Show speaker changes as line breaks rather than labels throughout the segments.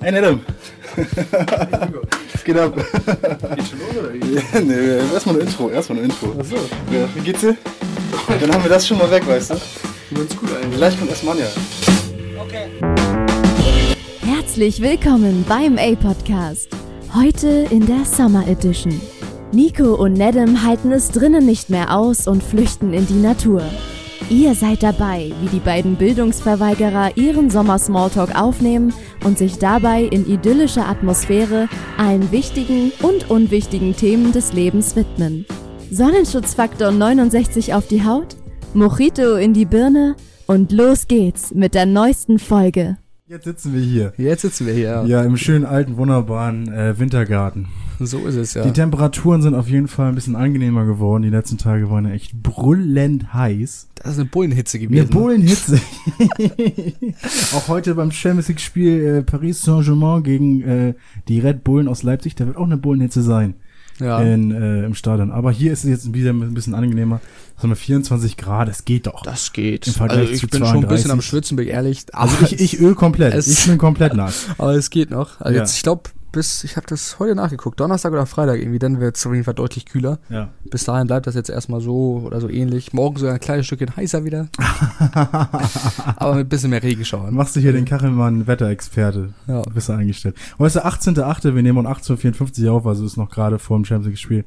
Hey Nedum! Was geht ab?
Geht schon los, oder wie?
Ja, nee, erstmal ein Intro, erstmal ein Intro.
Achso,
Ja, wie geht's dir? Dann haben wir das schon mal weg, weißt du?
ganz gut eigentlich.
Vielleicht kommt erst Manja.
Herzlich willkommen beim A-Podcast. Heute in der Summer Edition. Nico und Nedem halten es drinnen nicht mehr aus und flüchten in die Natur. Ihr seid dabei, wie die beiden Bildungsverweigerer ihren Sommer-Smalltalk aufnehmen und sich dabei in idyllischer Atmosphäre allen wichtigen und unwichtigen Themen des Lebens widmen. Sonnenschutzfaktor 69 auf die Haut, Mojito in die Birne und los geht's mit der neuesten Folge.
Jetzt sitzen wir hier.
Jetzt sitzen wir hier.
Ja, im schönen alten, wunderbaren äh, Wintergarten.
So ist es ja.
Die Temperaturen sind auf jeden Fall ein bisschen angenehmer geworden. Die letzten Tage waren ja echt brüllend heiß.
das ist eine Bullenhitze
Eine
gewesen. ne?
Bullenhitze. auch heute beim Champions League-Spiel äh, Paris Saint-Germain gegen äh, die Red Bullen aus Leipzig, da wird auch eine Bullenhitze sein
ja.
in, äh, im Stadion. Aber hier ist es jetzt wieder ein bisschen angenehmer. Sagen wir 24 Grad, es geht doch.
das geht.
Im Vergleich
also ich
zu
bin schon ein
32.
bisschen am Schwitzen, bin ich ehrlich. Aber,
also ich, ich öl komplett.
Es-
Ich bin komplett nass.
aber es geht noch. Also
Ja.
jetzt, ich glaube, bis, ich habe das heute nachgeguckt, Donnerstag oder Freitag irgendwie, dann wird es auf jeden Fall deutlich kühler.
Ja.
Bis dahin bleibt das jetzt erstmal so oder so ähnlich. Morgen sogar ein kleines Stückchen heißer wieder. aber mit ein bisschen mehr
Dann
Regenschauern.
machst du hier den Kachelmann Wetterexperte.
Ja.
Bist du eingestellt. Heute ist der 18.8., wir nehmen um 18.54 auf, also ist noch gerade vor dem Champions League-Spiel.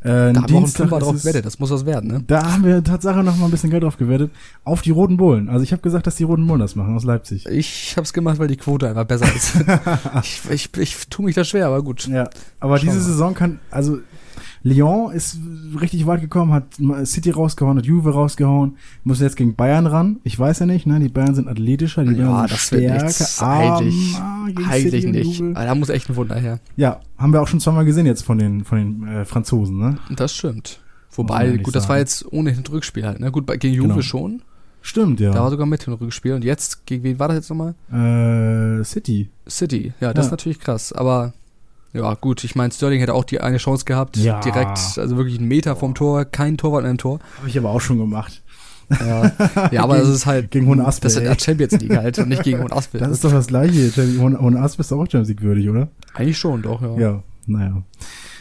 Äh,
Da haben wir auch einen
Dienstag
Fünfer
ist
drauf
es-
gewettet, das muss was werden, ne?
Da haben wir Tatsache noch mal ein bisschen Geld drauf gewettet. Auf die Roten Bullen. Also ich habe gesagt, dass die Roten Bullen das machen aus Leipzig.
Ich hab's gemacht, weil die Quote einfach besser ist. ich, ich, ich tu mich da schwer, aber gut.
Ja, aber
Schauen
diese
wir.
Saison kann, also Lyon ist richtig weit gekommen, hat City rausgehauen, hat Juve rausgehauen, muss jetzt gegen Bayern ran. Ich weiß ja nicht, ne? Die Bayern sind athletischer, die Bayern
Ja,
sind
das wird nichts. Eigentlich,
aber gegen
eigentlich
City und
nicht.
Juve-
Aber da muss echt ein Wunder her.
Ja, haben wir auch schon zweimal gesehen jetzt von den, von den äh, Franzosen, ne?
Das stimmt.
man
Wobei,
ja nicht
gut, das war
sagen.
jetzt ohne Rückspiel halt. Ne? Gut, bei- gegen Juve
Genau.
schon.
Stimmt,
Da war
ja.
sogar mit im Rückspiel. Und jetzt, gegen wen war das jetzt nochmal?
Äh, City.
City. Ja, das
Ja.
ist natürlich krass. Aber ja, gut, ich meine, Sterling hätte auch die eine Chance gehabt.
Ja.
Direkt, also wirklich einen Meter vom Tor, kein Torwart in einem Tor.
Habe ich aber auch schon gemacht.
Ja, ja aber das ist halt.
gegen Hohen Aspel,
Das ist
ey.
halt Champions League halt und nicht gegen Hohen Aspel.
Das ist doch das gleiche. Champions- Ohne ohne Asp ist doch auch Champions League würdig, oder?
Eigentlich schon, doch, ja.
Ja, naja.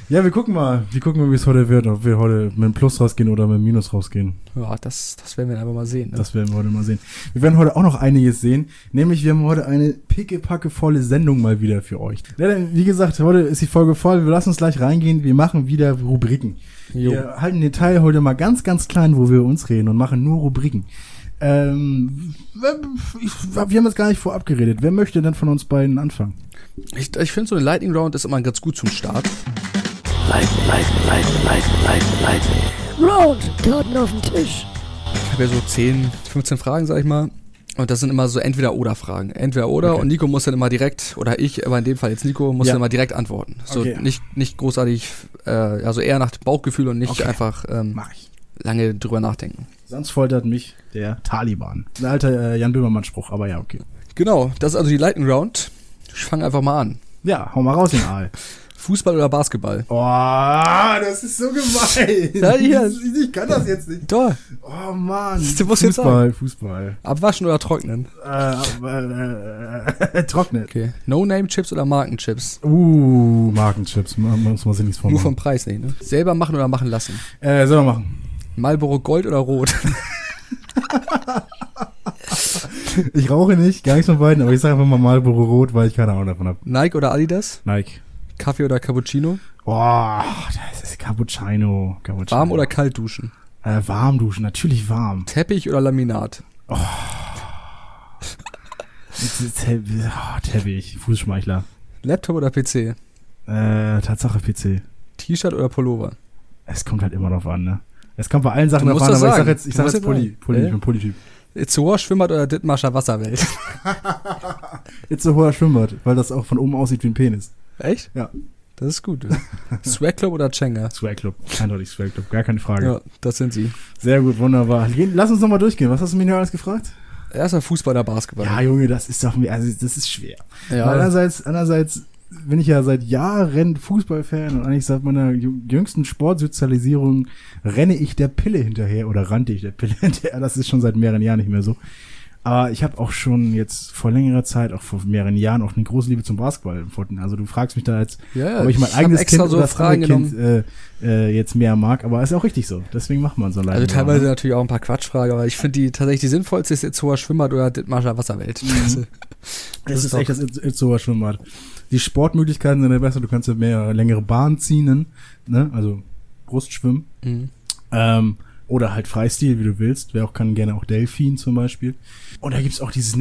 Ja, wir gucken mal. Wir gucken mal, wie es heute wird. Ob wir heute mit einem Plus rausgehen oder mit einem Minus rausgehen.
Ja, das, das werden wir dann einfach mal sehen. Ne?
Das werden wir heute mal sehen. Wir werden heute auch noch einiges sehen. Nämlich, wir haben heute eine pickepackevolle Sendung mal wieder für euch. Leider, Wie gesagt, heute ist die Folge voll. Wir lassen uns gleich reingehen. Wir machen wieder Rubriken.
Jo.
Wir halten den Teil heute mal ganz, ganz klein, wo wir uns reden und machen nur Rubriken. Ähm, ich, wir haben es gar nicht vorab geredet. Wer möchte denn von uns beiden anfangen?
Ich, ich finde, so eine Lightning Round ist immer ganz gut zum Start.
Round, Karten auf den Tisch.
Ich habe ja so 10, 15 Fragen, sag ich mal. Und das sind immer so Entweder-Oder-Fragen. Entweder-Oder und Nico muss dann immer direkt, oder ich, aber in dem Fall jetzt Nico, muss
Ja.
dann immer direkt antworten. So
Okay.
nicht, nicht großartig, äh, also eher nach Bauchgefühl und nicht
Okay.
einfach ähm,
Mach ich.
lange drüber nachdenken.
Sonst foltert mich der Taliban. Ein alter äh, Jan Böhmermann-Spruch, aber ja, okay.
Genau, das ist also die Lightning Round. Ich fange einfach mal an.
Ja, hau mal raus, den Aal.
Fußball oder Basketball?
Oh, das ist so gemein.
Ja, ja.
Ich kann das jetzt nicht.
Doch.
Oh Mann.
Du musst jetzt
Fußball, Fußball.
Abwaschen oder trocknen?
Äh, äh, äh, trocknet.
Okay. No-Name-Chips oder Markenchips?
Uh, Markenchips. Man muss man sich nichts
Nur
vormachen.
vom Preis nicht, ne? Selber machen oder machen lassen?
äh, soll man machen.
Marlboro Gold oder Rot?
Ich rauche nicht, gar nichts von beiden, aber ich sage einfach mal Marlboro Rot, weil ich keine Ahnung davon habe.
Nike oder Adidas?
Nike.
Kaffee oder Cappuccino?
Boah, Oh, das ist Cappuccino. Cappuccino.
Warm oder kalt duschen?
Äh, warm duschen, natürlich warm.
Teppich oder Laminat?
Jetzt ist Te- oh, Teppich, Fußschmeichler.
Laptop oder PC?
Äh, Tatsache PC.
T-Shirt oder Pullover?
Es kommt halt immer drauf an, ne? Es kommt bei allen Sachen
Du
drauf
musst
an,
das
aber ich
sagen.
sag jetzt, ich
Du
sag
musst
jetzt
das sagen.
Pulli. Pulli,
Äh?
ich bin Pulli-Typ.
Itzehoer Schwimmbad oder Dithmarscher Wasserwelt?
Jetzt so hoher Schwimmbad, weil das auch von oben aussieht wie ein Penis.
Echt?
Ja.
Das ist gut. Swag Club oder Chenga?
Swag Club, eindeutig Swag Club, gar keine Frage.
Ja, das sind sie.
Sehr gut, wunderbar. Gehen- Lass uns nochmal durchgehen. Was hast du mir noch alles gefragt?
Erstmal Fußball oder Basketball?
Ja, also Junge, das ist doch mir, also das ist schwer.
Ja.
Andererseits, andererseits bin ich ja seit Jahren Fußballfan und eigentlich seit meiner jü- jüngsten Sportsozialisierung renne ich der Pille hinterher oder rannte ich der Pille hinterher. Das ist schon seit mehreren Jahren nicht mehr so. Aber ich habe auch schon jetzt vor längerer Zeit, auch vor mehreren Jahren, auch eine große Liebe zum Basketball empfunden. Also du fragst mich da jetzt,
Ja, ja,
ob ich mein
ich hab
eigenes
extra
Kind
so
oder das andere
Fragen
Kind äh, äh, jetzt mehr mag. Aber ist auch richtig so. Deswegen macht man so leider.
Also teilweise natürlich auch ein paar Quatschfragen, aber ich finde die tatsächlich die sinnvollste ist jetzt hoher Schwimmbad oder Dithmarscher Wasserwelt.
Mhm.
Also,
Es ist
doch-
echt das Itzowa Schwimmbad. Die Sportmöglichkeiten sind ja besser, du kannst ja mehr längere Bahnen ziehen, ne? Also Brustschwimmen.
Mhm.
Ähm, oder halt Freistil, wie du willst. Wer auch kann, gerne auch Delfin zum Beispiel. Und da gibt's auch dieses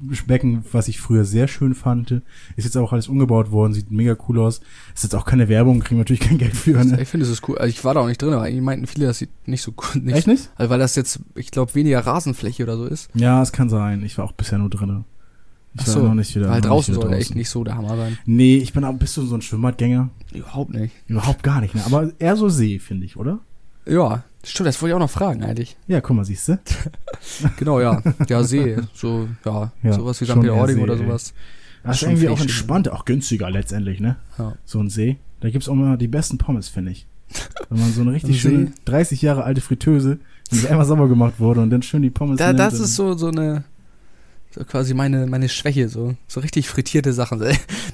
Nichtschwimmerbecken, was ich früher sehr schön fand. Ist jetzt auch alles umgebaut worden, sieht mega cool aus. Ist jetzt auch keine Werbung, kriegen wir natürlich kein Geld für. Ne?
Ich finde es ist cool. Also ich war da auch nicht drin, aber eigentlich meinten viele, das sieht nicht so gut nicht.
Echt nicht?
Also weil das jetzt, ich glaube, weniger Rasenfläche oder so ist.
Ja, es kann sein. Ich war auch bisher nur drinne. Ich
Ach so,
war noch nicht wieder
weil
noch
draußen
nicht
soll
wieder
echt nicht so der Hammer sein.
Nee, ich bin auch, bist du so ein Schwimmbadgänger?
Überhaupt nicht.
Überhaupt gar nicht, ne? Aber eher so See, finde ich, oder?
Ja, stimmt, das wollte ich auch noch fragen eigentlich.
Ja, guck mal, siehst du?
Genau, ja. Ja, See. So, ja,
Ja,
sowas wie
schon
St. Peter-Ording
eher
oder
See, ey.
sowas.
Das ist
schon
irgendwie
viel
auch
schöner.
entspannt, auch günstiger letztendlich, ne?
Ja.
So ein See. Da gibt's auch immer die besten Pommes, finde ich. Wenn man so eine
Am
richtig
See.
schöne 30 Jahre alte Fritteuse, die einmal sauber gemacht wurde und dann schön die Pommes
Da,
nimmt
das
und-
ist so, so eine. So quasi meine, meine Schwäche, so, so richtig frittierte Sachen.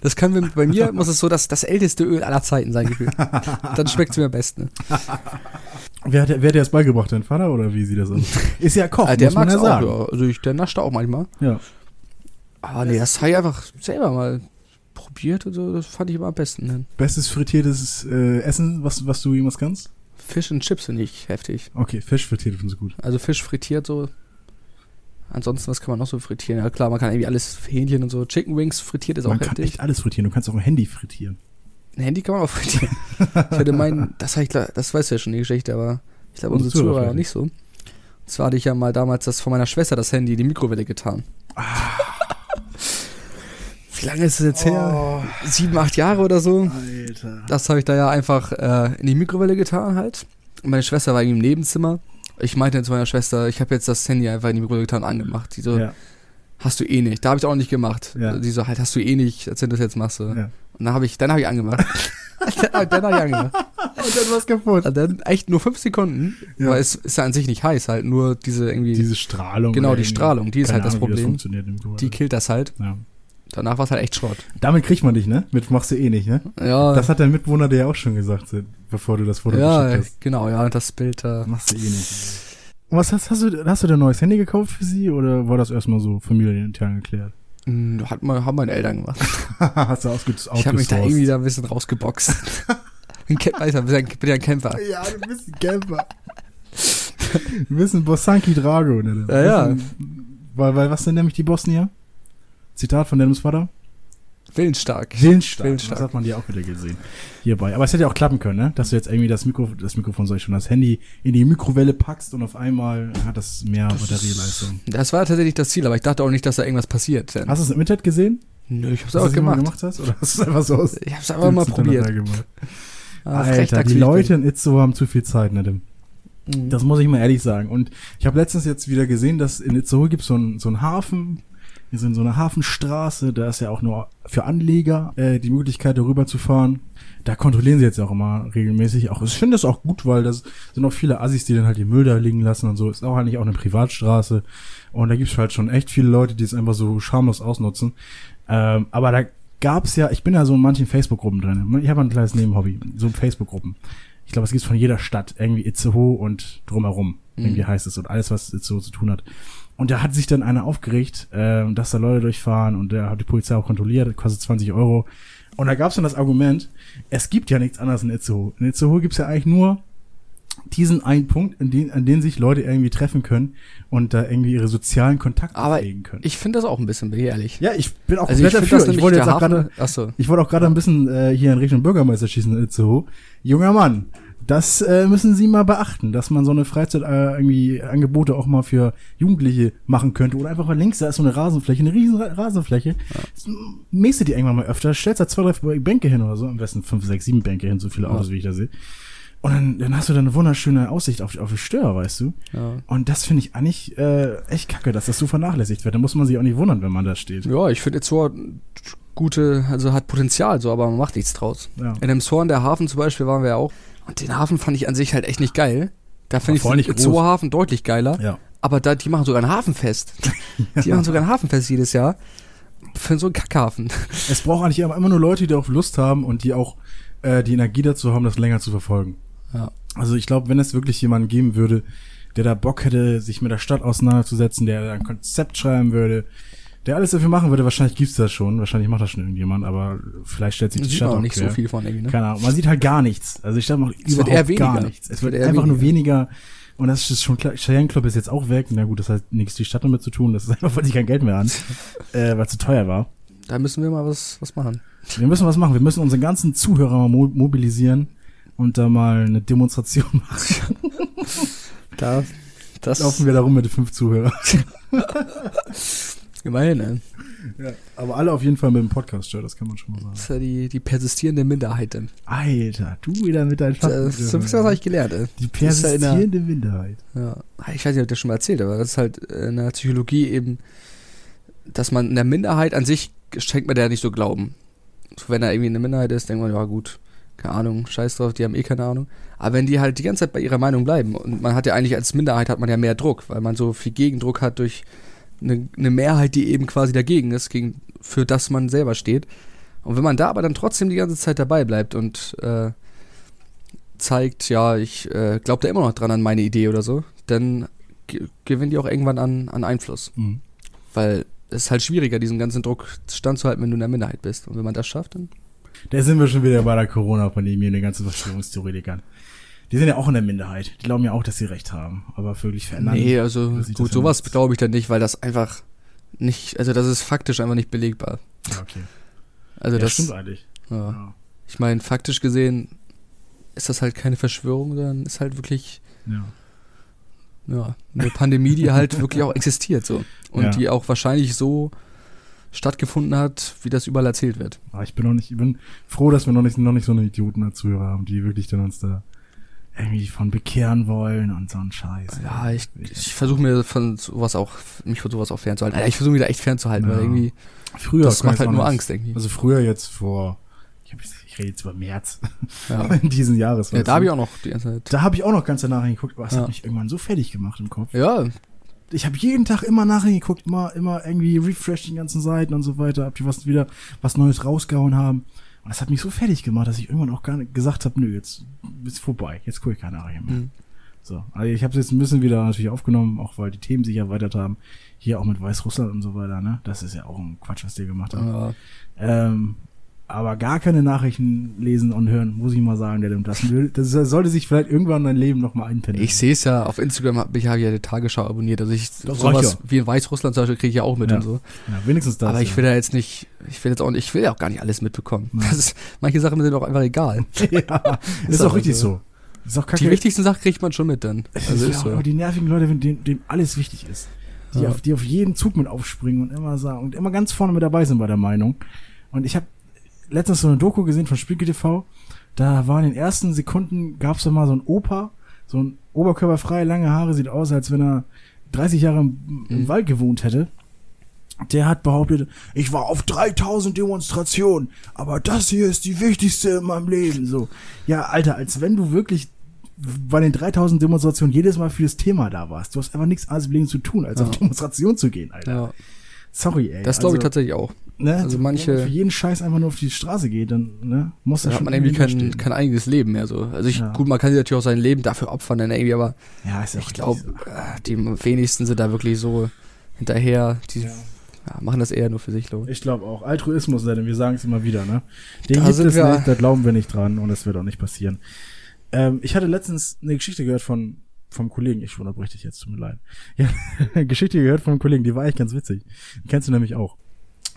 Das können wir, bei mir muss es so das, das älteste Öl aller Zeiten sein, gefühlt. Dann schmeckt es mir am besten.
Wer hat, wer hat dir das beigebracht, dein Vater oder wie sieht das aus? Ist ja Koch,
Also
muss man ja
mag's
sagen.
auch, ja. Also ich, der nascht da auch manchmal.
Ja.
Aber nee, das habe ich einfach selber mal probiert und so, das fand ich immer am besten. Ne?
Bestes frittiertes äh, Essen, was, was du jemals kannst?
Fisch und Chips finde ich heftig.
Okay, Fisch frittiert finde ich gut.
Also Fisch frittiert so. Ansonsten, was kann man noch so frittieren? Ja klar, man kann irgendwie alles, Hähnchen und so. Chicken Wings frittiert ist
man
auch
kann
heftig.
echt alles frittieren, du kannst auch ein Handy frittieren.
Ein Handy kann man auch frittieren. ich hatte meinen, das, hab ich, klar- das weißt du ja schon, die Geschichte, aber ich glaube, unsere
Unsere Zuhörer
Zuhörer
vielleicht.
nicht so. Und zwar hatte ich ja mal damals das von meiner Schwester, das Handy, in die Mikrowelle getan.
Ah.
Wie lange ist das jetzt her? Sieben, acht Jahre oder so.
Oh, Alter.
Das habe ich da ja einfach äh, in die Mikrowelle getan halt. Und meine Schwester war irgendwie im Nebenzimmer. Ich meinte zu meiner Schwester, ich habe jetzt das Handy einfach in die Mikrowelle getan und angemacht. Die so,
Ja.
hast du eh nicht. Da habe ich auch nicht gemacht.
Ja.
Die so, halt, hast du eh nicht, als wenn du das jetzt machst. So.
Ja.
Und dann habe ich, dann habe ich angemacht. dann dann habe ich angemacht.
Und dann war's kaputt.
Und dann echt nur fünf Sekunden,
Ja.
weil es ist ja an sich nicht heiß, halt nur diese irgendwie,
Diese Strahlung.
Genau,
oder
die
irgendwie-
Strahlung, die ist
Keine
halt das
Ahnung, wie
Problem.
funktioniert im Grunde.
die killt das halt.
ja.
Danach war es halt echt Schrott.
Damit kriegt man dich, ne? Mit machst du eh nicht, ne?
Ja,
Das hat dein Mitbewohner dir ja auch schon gesagt, bevor du das Foto
ja
geschickt hast.
genau, ja, das Bild da.
Machst du eh nicht. Und was hast, hast du, hast du denn ein neues Handy gekauft für sie oder war das erstmal so familienintern geklärt?
Mh, Hm, Hat man, haben meine Eltern gemacht.
hast du ausgesucht?
Ich habe mich da irgendwie da ein bisschen rausgeboxt. Ein Kämpfer, ich bin ja ein- bin ja ein Kämpfer.
Ja, du bist ein Camper. du bist ein Bosanki Drago, ne? Du
Ja, ja.
bist ein- Weil, weil was sind nämlich die Bosnier? Zitat von Dennis Vater.
Willensstark.
Willensstark. Also
Willensstark.
Das hat man dir auch wieder gesehen. Hierbei. Aber es hätte ja auch klappen können, ne? Dass du jetzt irgendwie das, Mikro das Mikrofon, sag ich schon, das Handy in die Mikrowelle packst und auf einmal hat das mehr Batterieleistung.
Das war tatsächlich das Ziel, aber ich dachte auch nicht, dass da irgendwas passiert. Denn-
Hast du es im Internet gesehen?
Nö, ich
Dass
hab's
du
einfach
das jemand
gemacht.
gemacht hast? Oder hast du es einfach so aus
Ich hab's einfach mal
Dings
probiert.
hintereinander gemacht?
Ah, frech,
Alter,
Dachs,
die
wie ich
Leute in Itzehoe haben zu viel Zeit, ne? Dem.
bin. Mhm.
Das muss ich mal ehrlich sagen. Und ich habe letztens jetzt wieder gesehen, dass in Itzehoe gibt so einen so einen Hafen. Wir sind so eine Hafenstraße, da ist ja auch nur für Anleger äh, die Möglichkeit, darüber zu fahren. Da kontrollieren sie jetzt auch immer regelmäßig. Auch ich finde das auch gut, weil das sind auch viele Assis, die dann halt die Müll da liegen lassen und so. Ist auch eigentlich auch eine Privatstraße und da gibt's halt schon echt viele Leute, die es einfach so schamlos ausnutzen. Ähm, aber da gab's ja, ich bin ja so in manchen Facebook-Gruppen drin. Ich habe ein kleines Nebenhobby, so Facebook-Gruppen. Ich glaube, es gibt's von jeder Stadt irgendwie Itzehoe und drumherum.
Mhm.
Irgendwie heißt es und alles, was Itzehoe zu tun hat. Und da hat sich dann einer aufgeregt, ähm, dass da Leute durchfahren und da hat die Polizei auch kontrolliert, das kostet 20 Euro. Und da gab's dann das Argument, es gibt ja nichts anderes in Itzehoe. In Itzehoe gibt's ja eigentlich nur diesen einen Punkt, in den, an den sich Leute irgendwie treffen können und da irgendwie ihre sozialen Kontakte
Aber
pflegen können.
Ich finde das auch ein bisschen, bin ich ehrlich.
ja, ich bin auch
Also ich
komplett
finde das
dafür. Ich
nämlich
wollte
der
jetzt auch
Hafen.
gerade,
Achso.
ich wollte auch gerade ein bisschen äh, hier in Richtung Bürgermeister schießen in Itzehoe. Junger Mann, das äh, müssen Sie mal beachten, dass man so eine Freizeit äh, irgendwie Angebote auch mal für Jugendliche machen könnte oder einfach mal links da ist so eine Rasenfläche, eine riesen Ra- Rasenfläche. Ja. Mäße die irgendwann mal öfter, stellst da zwei, drei Bänke hin oder so, am besten fünf, sechs, sieben Bänke hin, so viele Autos wie ich da sehe. Und dann, dann hast du da eine wunderschöne Aussicht auf, auf die Stör, weißt du?
Ja.
Und das finde ich eigentlich äh, echt kacke, dass das so vernachlässigt wird. Da muss man sich auch nicht wundern, wenn man da steht.
Ja, ich finde Itzehoe hat gute, also hat Potenzial, so, aber man macht nichts draus.
Ja.
In dem Zorn der Hafen zum Beispiel waren wir ja auch. Und den Hafen fand ich an sich halt echt nicht geil. Da
War
finde ich
voll nicht
den
groß.
Itzehoe Hafen deutlich geiler.
Ja.
Aber da, die machen sogar ein Hafenfest. Die machen sogar ein Hafenfest jedes Jahr. Für so einen Kackhafen.
Es braucht eigentlich immer immer nur Leute, die darauf Lust haben und die auch äh, die Energie dazu haben, das länger zu verfolgen.
Ja.
Also ich glaube, wenn es wirklich jemanden geben würde, der da Bock hätte, sich mit der Stadt auseinanderzusetzen, der da ein Konzept schreiben würde, der alles dafür machen würde, wahrscheinlich gibt's das schon, wahrscheinlich macht das schon irgendjemand, aber vielleicht stellt sich die
Sieht
Stadt
man
auch
auch nicht
quer.
so viel von irgendwie, ne?
Keine Ahnung, man sieht halt gar nichts. Also die Stadt macht
wird
überhaupt
eher weniger.
gar nichts. Es wird, einfach nur weniger. Und das ist schon klar. Cheyenne Club ist jetzt auch weg. Na gut, das hat nichts die Stadt damit zu tun. Das ist einfach, weil die kein Geld mehr an, äh, weil zu teuer war.
Da müssen wir mal was, was machen.
Wir müssen was machen. Wir müssen unseren ganzen Zuhörer mal mo mobilisieren und da mal eine Demonstration machen.
Da, das
Laufen wir da rum mit fünf Zuhörern.
Immerhin, ne?
Aber alle auf jeden Fall mit dem Podcast-Shirt, das kann man schon mal sagen.
Das ist ja die, die persistierende Minderheit, denn.
Alter, du wieder mit deinen
Das,
Schatten.
ist so ein bisschen was habe ich gelernt, ey.
Die
das ist ja in der-
persistierende Minderheit.
Ja. Ah, Ich weiß nicht, ob ich das schon mal erzählt habe, aber das ist halt in der Psychologie eben, dass man in der Minderheit an sich schenkt man der nicht so Glauben. So, wenn er irgendwie in der Minderheit ist, denkt man, ja gut, keine Ahnung, scheiß drauf, die haben eh keine Ahnung. Aber wenn die halt die ganze Zeit bei ihrer Meinung bleiben und man hat ja eigentlich als Minderheit hat man ja mehr Druck, weil man so viel Gegendruck hat durch eine, eine Mehrheit, die eben quasi dagegen ist, gegen, für das man selber steht. Und wenn man da aber dann trotzdem die ganze Zeit dabei bleibt und äh, zeigt, ja, ich äh, glaube da immer noch dran an meine Idee oder so, dann ge gewinnen die auch irgendwann an, an Einfluss.
Mhm.
Weil es ist halt schwieriger, diesen ganzen Druck standzuhalten, wenn du in der Minderheit bist. Und wenn man das schafft, dann.
Da sind wir schon wieder bei der Corona-Pandemie und den ganzen Verschwörungstheoretikern. Die sind ja auch in der Minderheit. Die glauben ja auch, dass sie recht haben. Aber wirklich verändern.
nee, also
das sieht
gut,
das ja
sowas
nicht.
glaube ich dann nicht, weil das einfach nicht, also das ist faktisch einfach nicht belegbar.
Ja, okay.
Also
ja,
das,
stimmt eigentlich.
ja.
Ja.
ich meine, faktisch gesehen ist das halt keine Verschwörung, sondern ist halt wirklich
Ja.
ja, eine Pandemie, die halt wirklich auch existiert so. Und
Ja.
die auch wahrscheinlich so stattgefunden hat, wie das überall erzählt wird.
Aber Ah, ich bin noch nicht, ich bin froh, dass wir noch nicht, noch nicht so eine Idioten als Zuhörer haben, die wirklich dann uns da irgendwie von bekehren wollen und so einen Scheiß.
Ja, ich, ich versuche mir von sowas auch, mich von sowas auch fernzuhalten. Alter, ich versuche mir da echt fernzuhalten, weil
Ja.
irgendwie,
früher
das
kann
macht
ich
halt
auch
nur
nicht-
Angst irgendwie.
Also früher jetzt vor, ich, hab, jetzt- ich rede jetzt über März,
Ja.
aber in diesen Jahres.
Ja,
weißt
da
du?
habe ich auch noch die ganze Zeit.
da habe ich auch noch ganze Nachrichten geguckt, aber es
Ja.
hat mich irgendwann so fertig gemacht im Kopf.
Ja,
Ich habe jeden Tag immer Nachrichten geguckt, immer, immer irgendwie refresh die ganzen Seiten und so weiter, ob die was wieder was Neues rausgehauen haben. Und das hat mich so fertig gemacht, dass ich irgendwann auch gar nicht gesagt habe, nö, jetzt ist vorbei, jetzt gucke ich keine Nachrichten mehr.
Mhm.
So, also ich habe es jetzt ein bisschen wieder natürlich aufgenommen, auch weil die Themen sich erweitert haben. Hier auch mit Weißrussland und so weiter, ne? Das ist ja auch ein Quatsch, was die gemacht haben.
ja.
Ähm, aber gar keine Nachrichten lesen und hören, muss ich mal sagen, der dem das will. Das sollte sich vielleicht irgendwann in dein Leben nochmal einpendeln.
ich sehe es ja, auf Instagram habe ich ja die Tagesschau abonniert. Also ich
Das
sowas
reicht
wie in Weißrussland zum Beispiel kriege ich ja auch mit
Ja.
und so.
ja, wenigstens das.
Aber ich
ja.
will da jetzt nicht, ich will jetzt auch nicht, ich will ja auch gar nicht alles mitbekommen.
Ja.
Das ist, manche Sachen sind auch einfach egal.
ja, ist,
Ist
auch
aber
richtig
so.
so. Ist auch kacke.
Die wichtigsten Sachen kriegt man schon mit dann. Also
also
ist
ja,
so.
aber die nervigen Leute, wenn dem, dem alles wichtig ist. Die,
Ja.
auf, die auf jeden Zug mit aufspringen und immer sagen und immer ganz vorne mit dabei sind bei der Meinung. Und ich habe letztens so eine Doku gesehen von Spiegel TV. Da war in den ersten Sekunden gab's da mal so ein Opa, so ein oberkörperfrei, lange Haare, sieht aus, als wenn er 30 Jahre im, im
Mhm.
Wald gewohnt hätte. Der hat behauptet, ich war auf 3000 Demonstrationen, aber das hier ist die wichtigste in meinem Leben. So, ja, Alter, als wenn du wirklich bei den 3000 Demonstrationen jedes Mal für das Thema da warst. Du hast einfach nichts anderes im Leben zu tun, als
Ja.
auf Demonstration zu gehen, Alter.
Ja,
Sorry, ey.
das glaube ich
Also,
tatsächlich auch.
Ne,
also
wenn
manche-
man für jeden Scheiß einfach nur auf die Straße geht, dann ne, muss das
Da hat
schon
man irgendwie
dahinterstehen.
kein, kein eigenes Leben mehr so. Also ich,
Ja.
gut, man kann sich natürlich auch sein Leben dafür opfern dann irgendwie, aber
Ja, ist ja auch
Ich glaube, die wenigsten sind da wirklich so hinterher. Die
Ja.
ja, machen das eher nur für sich, glaube ich.
Ich glaube auch. Altruismus, denn wir sagen es immer wieder, ne? Den
Da
gibt
sind
es
wir-
nicht, da glauben wir nicht dran und das wird auch nicht passieren. Ähm, ich hatte letztens eine Geschichte gehört von vom Kollegen, ich unterbreche dich jetzt, tut mir leid. Ja, eine Geschichte gehört von einem Kollegen, die war eigentlich ganz witzig. Die kennst du nämlich auch.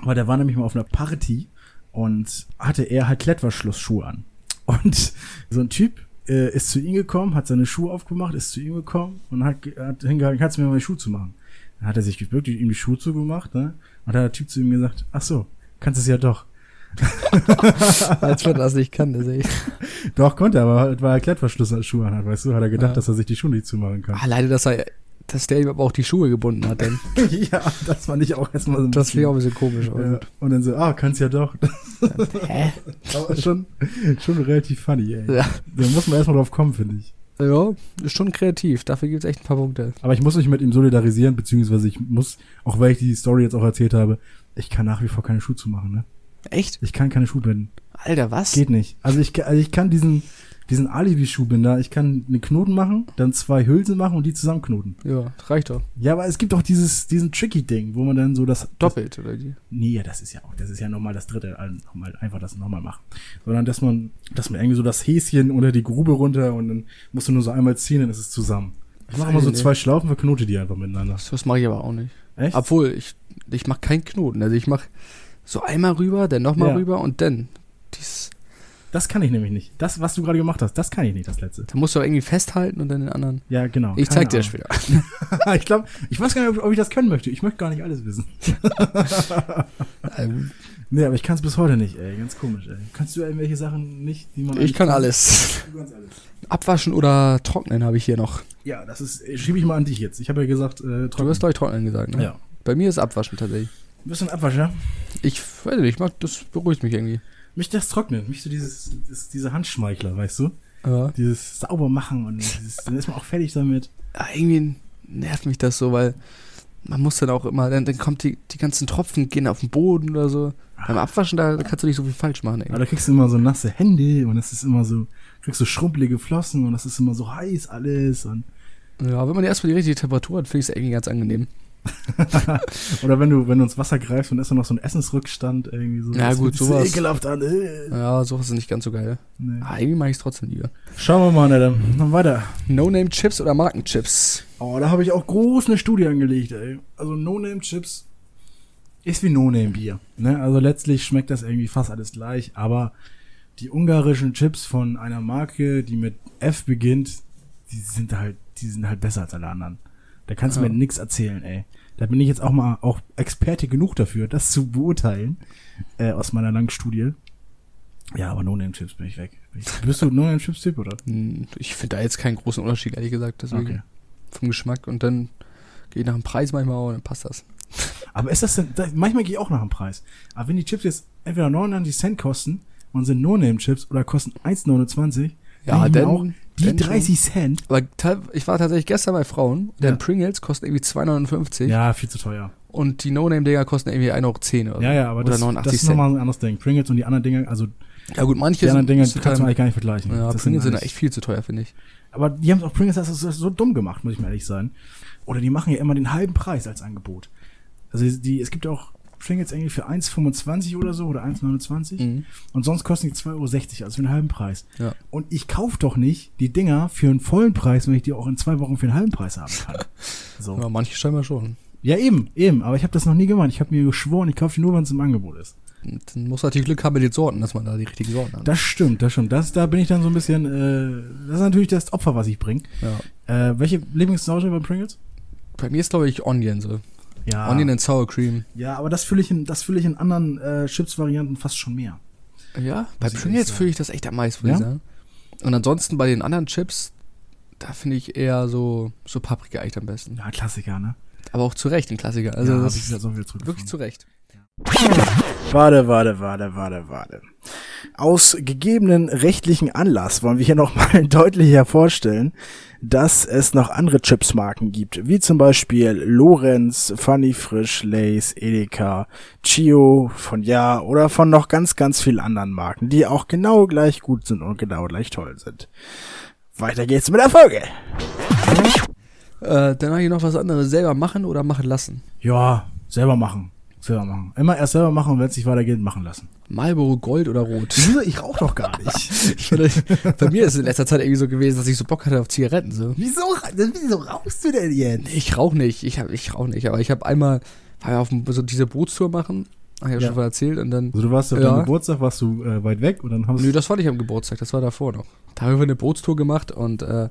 Weil der war nämlich mal auf einer Party und hatte er halt Klettverschlussschuhe an. Und so ein Typ äh, ist zu ihm gekommen, hat seine Schuhe aufgemacht, ist zu ihm gekommen und hat, ge- hat hingehalten, kannst du mir mal die Schuhe zu machen? Dann hat er sich gebückt, ihm die Schuhe zugemacht, ne? Und hat der Typ zu ihm gesagt, ach so, kannst es ja doch.
Als wenn er das nicht kann, das ist echt-
Doch, konnte er, aber halt, weil er Klettverschluss an Schuhe anhat, weißt du, hat er gedacht,
Ja.
dass er sich die Schuhe nicht zumachen kann.
Ah, leider, dass er, dass der ihm aber auch die Schuhe gebunden hat, dann.
ja, das fand ich auch erstmal so ein
Das finde ich auch Also ein
bisschen-
bisschen komisch. Aber
ja, und dann so, ah, kannst ja doch.
gut. Hä?
Aber schon, schon relativ funny, ey.
Ja.
Da muss man erstmal drauf kommen, finde ich.
Also, Ja, ist schon kreativ. Dafür gibt es echt ein paar Punkte.
Aber ich muss mich mit ihm solidarisieren, beziehungsweise ich muss, auch weil ich die Story jetzt auch erzählt habe, ich kann nach wie vor keine Schuhe zumachen, ne?
Echt?
Ich kann keine Schuhbinden.
Alter, was?
Geht nicht. Also ich, also ich kann diesen, diesen Alibi-Schuhbinder, ich kann einen Knoten machen, dann zwei Hülsen machen und die zusammenknoten.
Ja, das reicht doch.
Ja, aber es gibt auch dieses, diesen Tricky-Ding, wo man dann so das. das
Doppelt, oder wie?
Nee, das ist ja auch, das ist ja nochmal das dritte, also nochmal, einfach das nochmal machen. Sondern, dass man, dass man irgendwie so das Häschen unter die Grube runter und dann musst du nur so einmal ziehen, dann ist es zusammen. Ich mache immer so
Alter.
zwei Schlaufen, verknote die einfach miteinander.
Das, das mache ich aber auch nicht.
Echt?
Obwohl, ich, ich mache keinen Knoten. Also ich mache so einmal rüber, dann nochmal
Ja.
rüber und dann. Dies,
Das kann ich nämlich nicht. Das, was du gerade gemacht hast, das kann ich nicht, das letzte.
da musst du irgendwie festhalten und dann den anderen.
Ja, genau.
Ich
Keine
zeig dir das
Ahnung.
später.
ich glaube, ich weiß gar nicht, ob- ob ich das können möchte. Ich möchte gar nicht alles wissen.
Ähm,
Nee, aber ich kann es bis heute nicht, ey. Ganz komisch, ey. Kannst du irgendwelche Sachen nicht, die man.
Ich
eigentlich
kann alles.
Du kannst alles.
Abwaschen oder trocknen habe ich hier noch.
Ja, das ist. Schiebe ich mal an dich jetzt. Ich habe ja gesagt, äh,
Du
trocken.
hast, glaube ich, trocknen gesagt, ne?
Ja.
Bei mir ist Abwaschen tatsächlich.
Bist du ein Abwascher?
Ich weiß nicht, ich mag, das beruhigt mich irgendwie.
Mich das trocknet. Mich so dieses, das, diese Handschmeichler, weißt du?
Ja.
Dieses sauber machen und dieses, dann ist man auch fertig damit.
Ja, irgendwie nervt mich das so, weil man muss dann auch immer, dann, dann kommt die, die ganzen Tropfen, gehen auf den Boden oder so. Beim Abwaschen, da kannst du nicht so viel falsch machen,
Aber
ey.
da kriegst du immer so nasse Hände und das ist immer so, kriegst so schrumpelige Flossen und das ist immer so heiß alles und
Ja, wenn man erstmal die richtige Temperatur hat, finde ich es irgendwie ganz angenehm.
Oder wenn du, wenn du ins Wasser greifst und ist dann noch so ein Essensrückstand irgendwie so.
Ja,
das
gut,
fühlt sich
sowas.
So ekelhaft an. Äh.
Ja, sowas ist nicht ganz so geil.
Nee.
Ah, irgendwie mag ich es trotzdem lieber.
Schauen wir mal, Adam. Dann weiter.
No-Name-Chips oder Markenchips?
Oh, da habe ich auch groß eine Studie angelegt, ey. Also No-Name-Chips ist wie No-Name-Bier. Ne? Also letztlich schmeckt das irgendwie fast alles gleich, aber die ungarischen Chips von einer Marke, die mit F beginnt, die sind halt, die sind halt besser als alle anderen. Da kannst du
Ja.
mir nix erzählen, ey. Da bin ich jetzt auch mal auch Experte genug dafür, das zu beurteilen, äh, aus meiner langen Studie. Ja, aber No-Name-Chips bin ich weg. Bin ich- Bist du No-Name-Chips-Typ, oder?
Hm, Ich finde da jetzt keinen großen Unterschied, ehrlich gesagt. Deswegen vom Geschmack und dann gehe ich nach dem Preis manchmal auch und dann passt das.
Aber ist das denn, da, manchmal gehe ich auch nach dem Preis. Aber wenn die Chips jetzt entweder 99 Cent kosten und sind No-Name-Chips oder kosten 1,29,
Ja,
denk ich mir
dann-
die
dann schon.
30 Cent.
Aber teil- ich war tatsächlich gestern bei Frauen, deren
Ja.
Pringles kosten irgendwie 2,59
Ja, viel zu teuer.
und die No-Name-Dinger kosten irgendwie 1,10 Euro.
Ja, ja, aber
oder
das,
89
das ist
Also Cent.
nochmal ein anderes Ding. Pringles und die anderen Dinger, also
Ja gut, manche
die anderen Dinger
sind
kannst du
total,
eigentlich gar nicht vergleichen.
ja,
Das
Pringles sind
alles-
echt viel zu teuer, finde ich.
Aber die haben auch Pringles das ist so dumm gemacht, muss ich mal ehrlich sein. Oder die machen ja immer den halben Preis als Angebot. Also die, die es gibt auch Pringles irgendwie für 1,25 oder so oder 1,29.
Mhm.
Und sonst kosten die 2,60 Euro, also für einen halben Preis.
Ja.
Und ich kaufe doch nicht die Dinger für einen vollen Preis, wenn ich die auch in zwei Wochen für einen halben Preis haben kann. So.
Ja, manche scheinbar schon.
Ja, eben, eben. Aber ich habe das noch nie gemacht. Ich habe mir geschworen, ich kaufe die nur, wenn es im Angebot ist.
Und Dann muss natürlich Glück haben mit den Sorten, dass man da die richtigen Sorten hat.
Das stimmt, das stimmt. Das, da bin ich dann so ein bisschen, äh, das ist natürlich das Opfer, was ich bringe.
ja.
Äh, welche Lieblingssorte bei Pringles?
Bei mir ist glaube ich Onion so.
Ja,
Onion and Sour Cream.
ja aber das fühle ich, in- das fühle ich in anderen äh, Chips-Varianten fast schon mehr.
Ja, bei
Muss ich ehrlich
Pringles
sagen.
fühle ich das echt am meisten, würde ich
Ja?
sagen. Und ansonsten bei den anderen Chips, da finde ich eher so, so Paprika echt am besten.
Ja, Klassiker, ne?
Aber auch zu Recht ein Klassiker. Also
ja, hab
das
ich wieder
ist
so viel
wirklich zu Recht.
Warte, warte, warte, warte, warte. Aus gegebenen rechtlichen Anlass wollen wir hier nochmal deutlich hervorstellen, dass es noch andere Chipsmarken gibt, wie zum Beispiel Lorenz, Funny Frisch, Lays, Edeka, Chio von Ja oder von noch ganz, ganz vielen anderen Marken, die auch genau gleich gut sind und genau gleich toll sind. Weiter geht's mit der Folge.
Äh, dann habe ich noch was anderes. Selber machen oder machen lassen.
Ja, selber machen. Selber machen. Immer erst selber machen und wenn es nicht weitergeht, machen lassen.
Marlboro Gold oder Rot?
Wieso? Ich rauche doch gar nicht.
Bei mir ist es in letzter Zeit irgendwie so gewesen, dass ich so Bock hatte auf Zigaretten. So.
wieso, wieso rauchst du denn jetzt?
Ich rauche nicht, ich, hab- ich rauche nicht, aber ich habe einmal, war ja auf dem- so diese Bootstour machen, habe ich ja
Ja.
schon mal erzählt, und dann,
Also du warst auf
Ja.
deinem Geburtstag, warst du äh, weit weg und dann haben
nö, das war nicht am Geburtstag, das war davor noch. Da haben wir eine Bootstour gemacht und äh,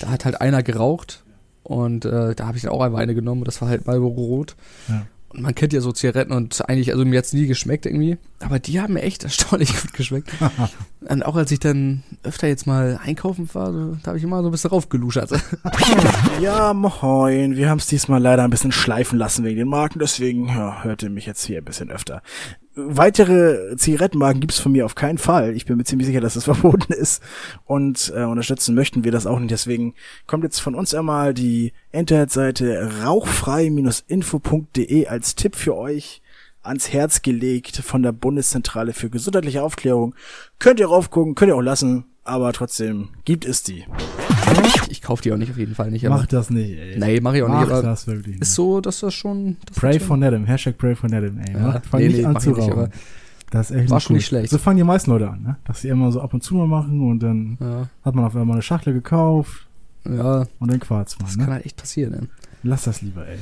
da hat halt einer geraucht und äh, da habe ich dann auch einmal eine genommen und das war halt Marlboro Rot.
Ja.
Und man kennt ja so Zigaretten und eigentlich, also mir hat's nie geschmeckt irgendwie, aber die haben mir echt erstaunlich gut geschmeckt. und auch als ich dann öfter jetzt mal einkaufen war, so, da habe ich immer so ein bisschen raufgeluschert.
Ja, moin. Wir haben es diesmal leider ein bisschen schleifen lassen wegen den Marken, deswegen ja, hört ihr mich jetzt hier ein bisschen öfter. weitere Zigarettenmarken gibt's von mir auf keinen Fall. Ich bin mir ziemlich sicher, dass das verboten ist. Und äh, unterstützen möchten wir das auch nicht. Deswegen kommt jetzt von uns einmal die Internetseite rauchfrei-info.de als Tipp für euch ans Herz gelegt von der Bundeszentrale für gesundheitliche Aufklärung. Könnt ihr raufgucken, könnt ihr auch lassen, aber trotzdem gibt es die.
Ich, ich kaufe die auch nicht, auf jeden Fall nicht.
Mach das nicht, ey.
nee, mach ich auch
Mach
nicht. Aber
das wirklich nicht.
ist so, dass das schon. Dass
Pray
das
for Nedim, Hashtag Pray for Nedim, ey.
Ja,
Mach, fang
nee,
nicht
nee,
an
mach
zu
ich nicht,
rauchen.
aber-
das ist echt
War
nicht
schon
cool.
nicht schlecht.
So fangen die meisten Leute an, ne? Dass sie immer so ab und zu mal machen und dann
Ja,
hat man auf einmal eine Schachtel gekauft
ja
und dann Quarz
das
machen,
kann
ne?
halt echt passieren. Ne?
Lass das lieber, ey.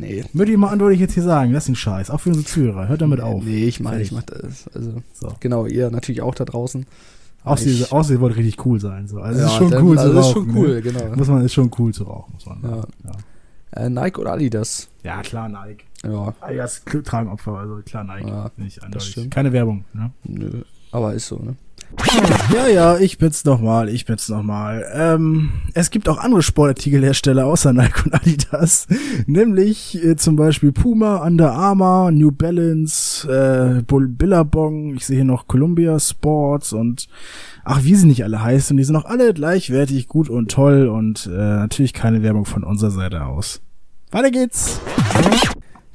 Nee.
Würde ich mal an, würde ich jetzt hier sagen. Lass den Scheiß. Auch für unsere Zuhörer. Hört damit auf.
Nee, ich meine,
Fertig.
ich mach das. Also,
So.
genau, ihr natürlich auch da draußen.
Außer, ihr-
Ich-
außer ihr wollt richtig cool sein. So. Also, es ist
Ja,
schon
dann-
cool
also
zu
das ist
rauchen.
schon cool,
Ne?
genau.
Muss man, ist schon cool zu rauchen, muss man
Ja.
sagen. Ja.
Äh, Nike oder Adidas?
Ja, klar, Nike.
Ja,
Adidas tragen Opfer, also klar, Nike.
Ja,
Nicht
stimmt.
Keine Werbung. Ne?
nö. Aber ist so, ne?
Ja, ja, ich bin's nochmal, ich bin's nochmal. Ähm, es gibt auch andere Sportartikelhersteller außer Nike und Adidas, nämlich äh, zum Beispiel Puma, Under Armour, New Balance, äh, Bull Billabong, ich sehe hier noch Columbia Sports und ach, wie sie nicht alle heißen, die sind auch alle gleichwertig gut und toll und äh, natürlich keine Werbung von unserer Seite aus. Weiter geht's!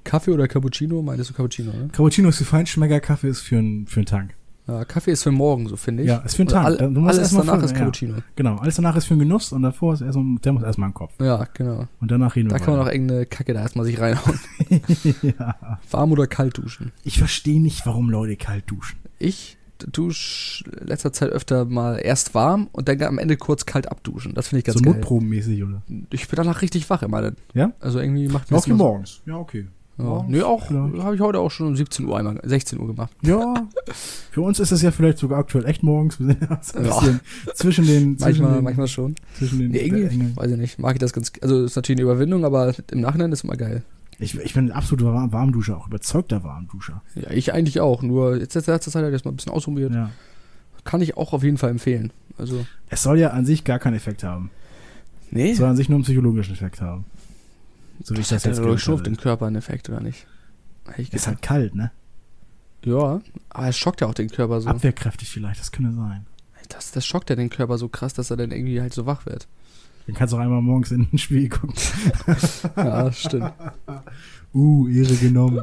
Kaffee oder Cappuccino? Meintest du Cappuccino, ne?
Cappuccino ist für Feinschmecker, Kaffee ist für einen für einen Tank.
Ja, Kaffee ist für morgen, so finde ich.
Ja, ist für einen
Oder
Tank.
all-
Du musst
alles
erst mal
danach
füllen,
ist
ja.
Cappuccino.
Genau, alles danach ist für einen Genuss und davor ist erst mal, der muss erstmal im Kopf.
Ja, genau.
Und danach reden
Da
wir
kann man auch
weiter.
irgendeine Kacke da erstmal sich reinhauen.
ja.
Warm oder kalt duschen?
Ich verstehe nicht, warum Leute kalt duschen.
Ich dusche letzter Zeit öfter mal erst warm und dann am Ende kurz kalt abduschen. Das finde ich ganz
so
geil.
mutprobenmäßig, oder?
Ich bin danach richtig wach immer dann.
Ja?
Also irgendwie macht
Auch
das immer so-
morgens. Ja, okay.
Ja.
Morgens
Nö, auch
vielleicht.
habe ich heute auch schon um 17 Uhr einmal, 16 Uhr gemacht.
Ja, für uns ist es ja vielleicht sogar aktuell echt morgens. Wir sind ja so ein
Ja.
bisschen zwischen den, zwischen
Manchmal,
den,
manchmal schon.
zwischen den
Nee, irgendwie,
Engeln.
weiß ich nicht, mag ich das ganz, also ist natürlich eine Überwindung, aber im Nachhinein ist immer geil.
Ich, ich bin ein absoluter Warm Warmduscher, auch überzeugter Warmduscher.
Ja, ich eigentlich auch, nur jetzt in letzter Zeit habe ich das mal ein bisschen ausprobiert.
Ja.
Kann ich auch auf jeden Fall empfehlen. Also,
Es soll ja an sich gar keinen Effekt haben.
nee,
Es soll an sich nur einen psychologischen Effekt haben. So wie ich
Also,
das
das hat ja
jetzt
doch
gehört
schon auf
habe.
den Körper einen Effekt, oder nicht? Hätte ich
Ist
gesagt.
halt kalt, ne?
Ja, aber es schockt ja auch den Körper so.
Abwehrkräftig vielleicht, das könnte sein.
Das, das schockt ja den Körper so krass, dass er dann irgendwie halt so wach wird.
Dann kannst du auch einmal morgens in den Spiegel gucken.
Ja, stimmt.
Uh, Ehre genommen.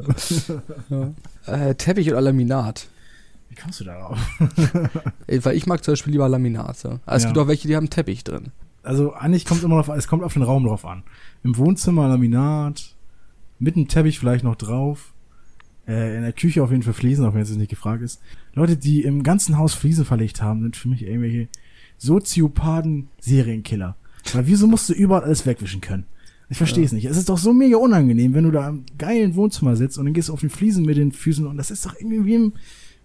Ja. Äh, Teppich oder Laminat?
Wie kommst du darauf?
Äh, Weil ich mag zum Beispiel lieber Laminat. So. Aber es
Ja.
gibt auch welche, die haben Teppich drin.
Also eigentlich kommt immer noch, es kommt auf den Raum drauf an. Im Wohnzimmer Laminat, mit dem Teppich vielleicht noch drauf, äh, in der Küche auf jeden Fall Fliesen, auch wenn es jetzt nicht gefragt ist. Leute, die im ganzen Haus Fliesen verlegt haben, sind für mich irgendwelche Soziopathen Serienkiller. Weil wieso musst du überall alles wegwischen können? Ich verstehe es nicht. Es ist doch so mega unangenehm, wenn du da im geilen Wohnzimmer sitzt und dann gehst du auf den Fliesen mit den Füßen und das ist doch irgendwie wie im,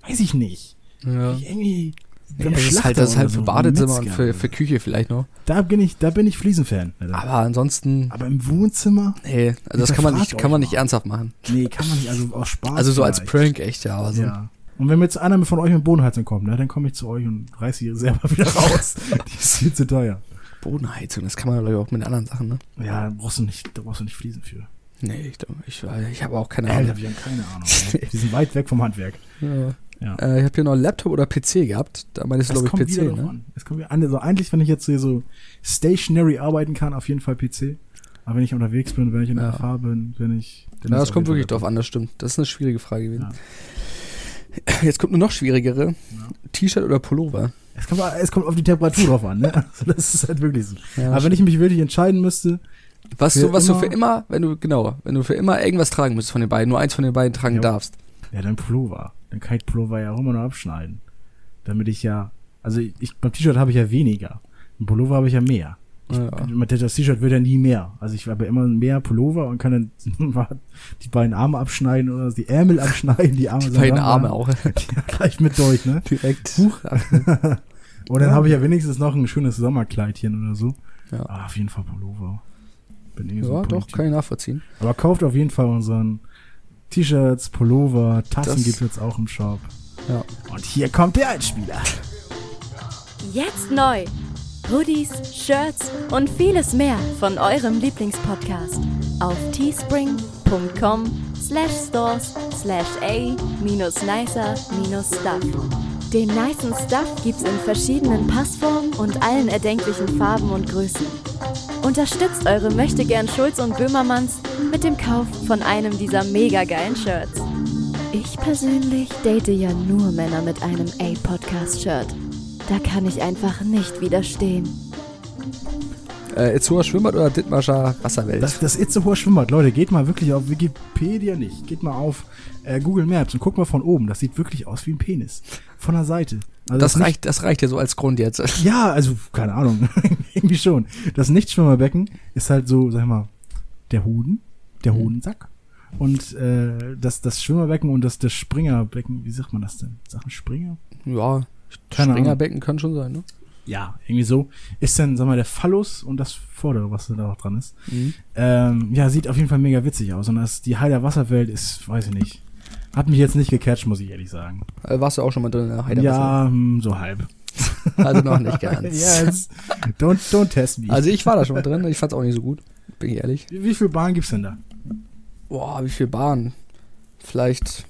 weiß ich nicht,
Ja.
irgendwie
Ja, das ist halt, das ist halt
ne?
für Badezimmer und für, für
für
Küche vielleicht noch.
da bin ich, da bin ich Fliesenfan.
Aber ansonsten,
Aber im Wohnzimmer?
nee, also das kann man nicht,
Hinterfragt
kann man
euch
nicht
mal.
ernsthaft machen.
Nee, kann man nicht. Also aus Spaß.
Also so als
vielleicht.
Prank echt, ja. Aber so
Ja. Und wenn mir jetzt einer von euch mit Bodenheizung kommt, ne, dann komme ich zu euch und reiße die selber wieder raus. die ist viel zu teuer.
Bodenheizung, das kann man glaube ich auch mit anderen Sachen, ne?
Ja, da brauchst du nicht, da brauchst du nicht Fliesen für.
Nee, ich, glaub- ich, ich habe auch keine
Alter,
Ahnung.
wir haben keine Ahnung. Ne? Die sind weit weg vom Handwerk.
Ja.
Ja.
Äh, ich habe hier noch Laptop oder PC gehabt. Da meinst du,
Das
glaube
kommt
ich, PC,
wieder drauf
ne?
an. Das kommt wieder an. Also eigentlich, wenn ich jetzt hier so stationary arbeiten kann, auf jeden Fall PC. Aber wenn ich unterwegs bin, wenn ich in der
Ja.
FH bin, wenn ich. dann
Ja,
ist
das
auf
kommt
jeden
wirklich
Fall
drauf an, das stimmt. Das ist eine schwierige Frage gewesen. Jetzt kommt eine noch schwierigere. T-Shirt oder Pullover?
Es kommt, es kommt auf die Temperatur drauf an, ne? Also das ist halt wirklich so.
Ja,
Aber wenn ich mich wirklich entscheiden müsste,
Was,
für
du, was
immer-
du für immer, wenn du, genau, wenn du für immer irgendwas tragen müsstest von den beiden, nur eins von den beiden tragen
Ja.
darfst.
ja, dann Pullover. Dann kann ich Pullover ja auch immer noch abschneiden. Damit ich ja, also ich, ich beim T-Shirt habe ich ja weniger. Im Pullover habe ich ja mehr.
Ja.
Und Das T-Shirt wird ja nie mehr. Also ich habe ja immer mehr Pullover und kann dann die beiden Arme abschneiden oder die Ärmel abschneiden, die Arme
Die
so
beiden
ranmachen.
Arme auch.
Ja, gleich mit durch, ne?
Direkt.
Und dann habe ich ja wenigstens noch ein schönes Sommerkleidchen oder so.
Ja.
Aber auf jeden Fall Pullover. Bin irgendwie so
Ja,
ein
doch,
Polytyp.
kann ich nachvollziehen.
Aber kauft auf jeden Fall unseren T-Shirts, Pullover, Tassen
Das-
gibt's jetzt auch im Shop.
Ja.
Und hier kommt der Einspieler.
Jetzt neu. Hoodies, Shirts und vieles mehr von eurem Lieblingspodcast auf teespring.com slash stores slash a minus nicer minus stuff. Den nicen Stuff gibt's in verschiedenen Passformen und allen erdenklichen Farben und Größen. Unterstützt eure Möchtegern Schulz und Böhmermanns mit dem Kauf von einem dieser mega geilen Shirts. Ich persönlich date ja nur Männer mit einem A-Podcast-Shirt. Da kann ich einfach nicht widerstehen.
Äh, Itzoer Schwimmbad oder Dithmarscher Wasserwelt?
Das, das Itzehoer Schwimmbad, Leute, geht mal wirklich auf Wikipedia nicht. Geht mal auf äh, Google Maps und guckt mal von oben. Das sieht wirklich aus wie ein Penis. Von der Seite. Also
das,
ist nicht-
reicht, das reicht ja so als Grund jetzt.
Ja, also, keine Ahnung. Irgendwie schon. Das Nichtschwimmerbecken ist halt so, sag ich mal, der Hoden, der
Mhm.
Hodensack. Und äh, das, das Schwimmerbecken und das, das Springerbecken, wie sagt man das denn? Sachen Springer?
Ja,
Keine Ahnung.
Springerbecken kann schon sein, ne?
Ja, irgendwie so. Ist dann, sag mal, der Phallus und das Vordere, was da noch dran ist.
Mhm.
Ähm, ja, sieht auf jeden Fall mega witzig aus. Und das, die Heider Wasserwelt ist, weiß ich nicht. Hat mich jetzt nicht gecatcht, muss ich ehrlich sagen.
Äh, warst du auch schon mal drin in der Heiderwasser?
ja, hm, so halb.
Also noch nicht ganz.
Yes. Don't, don't test me.
Also ich war da schon mal drin, ich fand's auch nicht so gut, bin ich ehrlich.
wie, wie viel Bahn gibt's denn da?
Boah, wie viel Bahnen? Vielleicht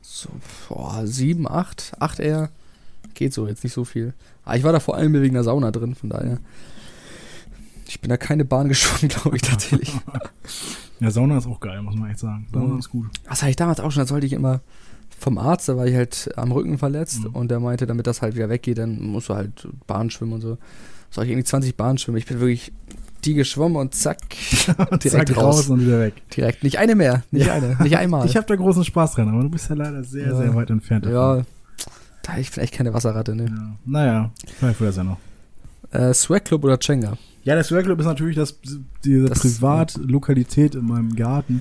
so boah, sieben, acht, acht eher. Geht so, jetzt nicht so viel. Aber ich war da vor allem wegen der Sauna drin, von daher. Ich bin da keine Bahn geschwommen, glaube ich, tatsächlich.
Ja, Sauna ist auch geil, muss man echt sagen. Sauna
Mhm.
ist gut.
Das hatte ich damals auch schon, das wollte ich immer vom Arzt, da war ich halt am Rücken verletzt
Mhm.
und der meinte, damit das halt wieder weggeht, dann musst du halt Bahn schwimmen und so. Soll ich irgendwie 20 Bahnen schwimmen? Ich bin wirklich die geschwommen und zack, direkt
Zack,
raus.
und wieder weg.
Direkt. Nicht eine mehr, nicht eine, nicht einmal.
Ich habe da großen Spaß dran, aber du bist ja leider sehr,
Ja.
sehr weit entfernt davon.
ja, da ich vielleicht keine Wasserratte, ne?
Ja. Naja, vielleicht wird das ja noch.
Äh, Swag Club oder Chenga?
Ja, der Swag Club ist natürlich das, diese
Das-
Privatlokalität in meinem Garten,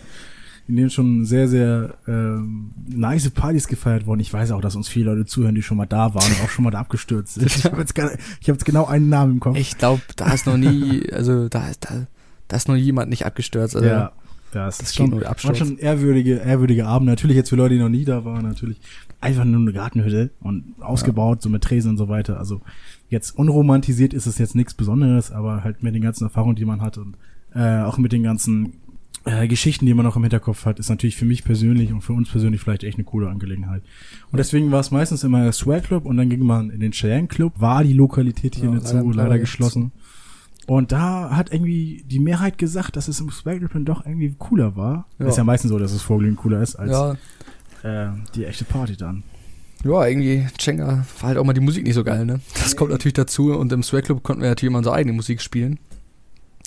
in dem schon sehr, sehr ähm, nice Partys gefeiert wurden. Ich weiß auch, dass uns viele Leute zuhören, die schon mal da waren und auch schon mal da abgestürzt sind. Ich habe jetzt, gar- ich hab jetzt genau einen Namen im Kopf.
Ich glaube, da ist noch nie, also da ist, da, da ist noch jemand nicht abgestürzt. Also,
ja, das,
das
ist
geht
schon,
nur
war
Absturz.
schon ehrwürdige, ehrwürdige Abend. Natürlich jetzt für Leute, die noch nie da waren, natürlich einfach nur eine Gartenhütte und ausgebaut, so mit Tresen und so weiter. Also jetzt unromantisiert ist es jetzt nichts Besonderes, aber halt mit den ganzen Erfahrungen, die man hat und äh, auch mit den ganzen äh, Geschichten, die man noch im Hinterkopf hat, ist natürlich für mich persönlich und für uns persönlich vielleicht echt eine coole Angelegenheit. Und deswegen war es meistens immer der Swag Club und dann ging man in den Cheyenne Club, war die Lokalität hier
Ja,
in
leider
Zoo leider
mittlerweile
geschlossen. Und da hat irgendwie die Mehrheit gesagt, dass es im Swag Club dann doch irgendwie cooler war.
Ja.
Ist ja meistens so, dass es vorglühen cooler ist als
ja,
äh, die echte Party dann.
ja, irgendwie, Chenga war halt auch mal die Musik nicht so geil, ne? Das kommt natürlich dazu und im Swag Club konnten wir natürlich immer unsere eigene Musik spielen.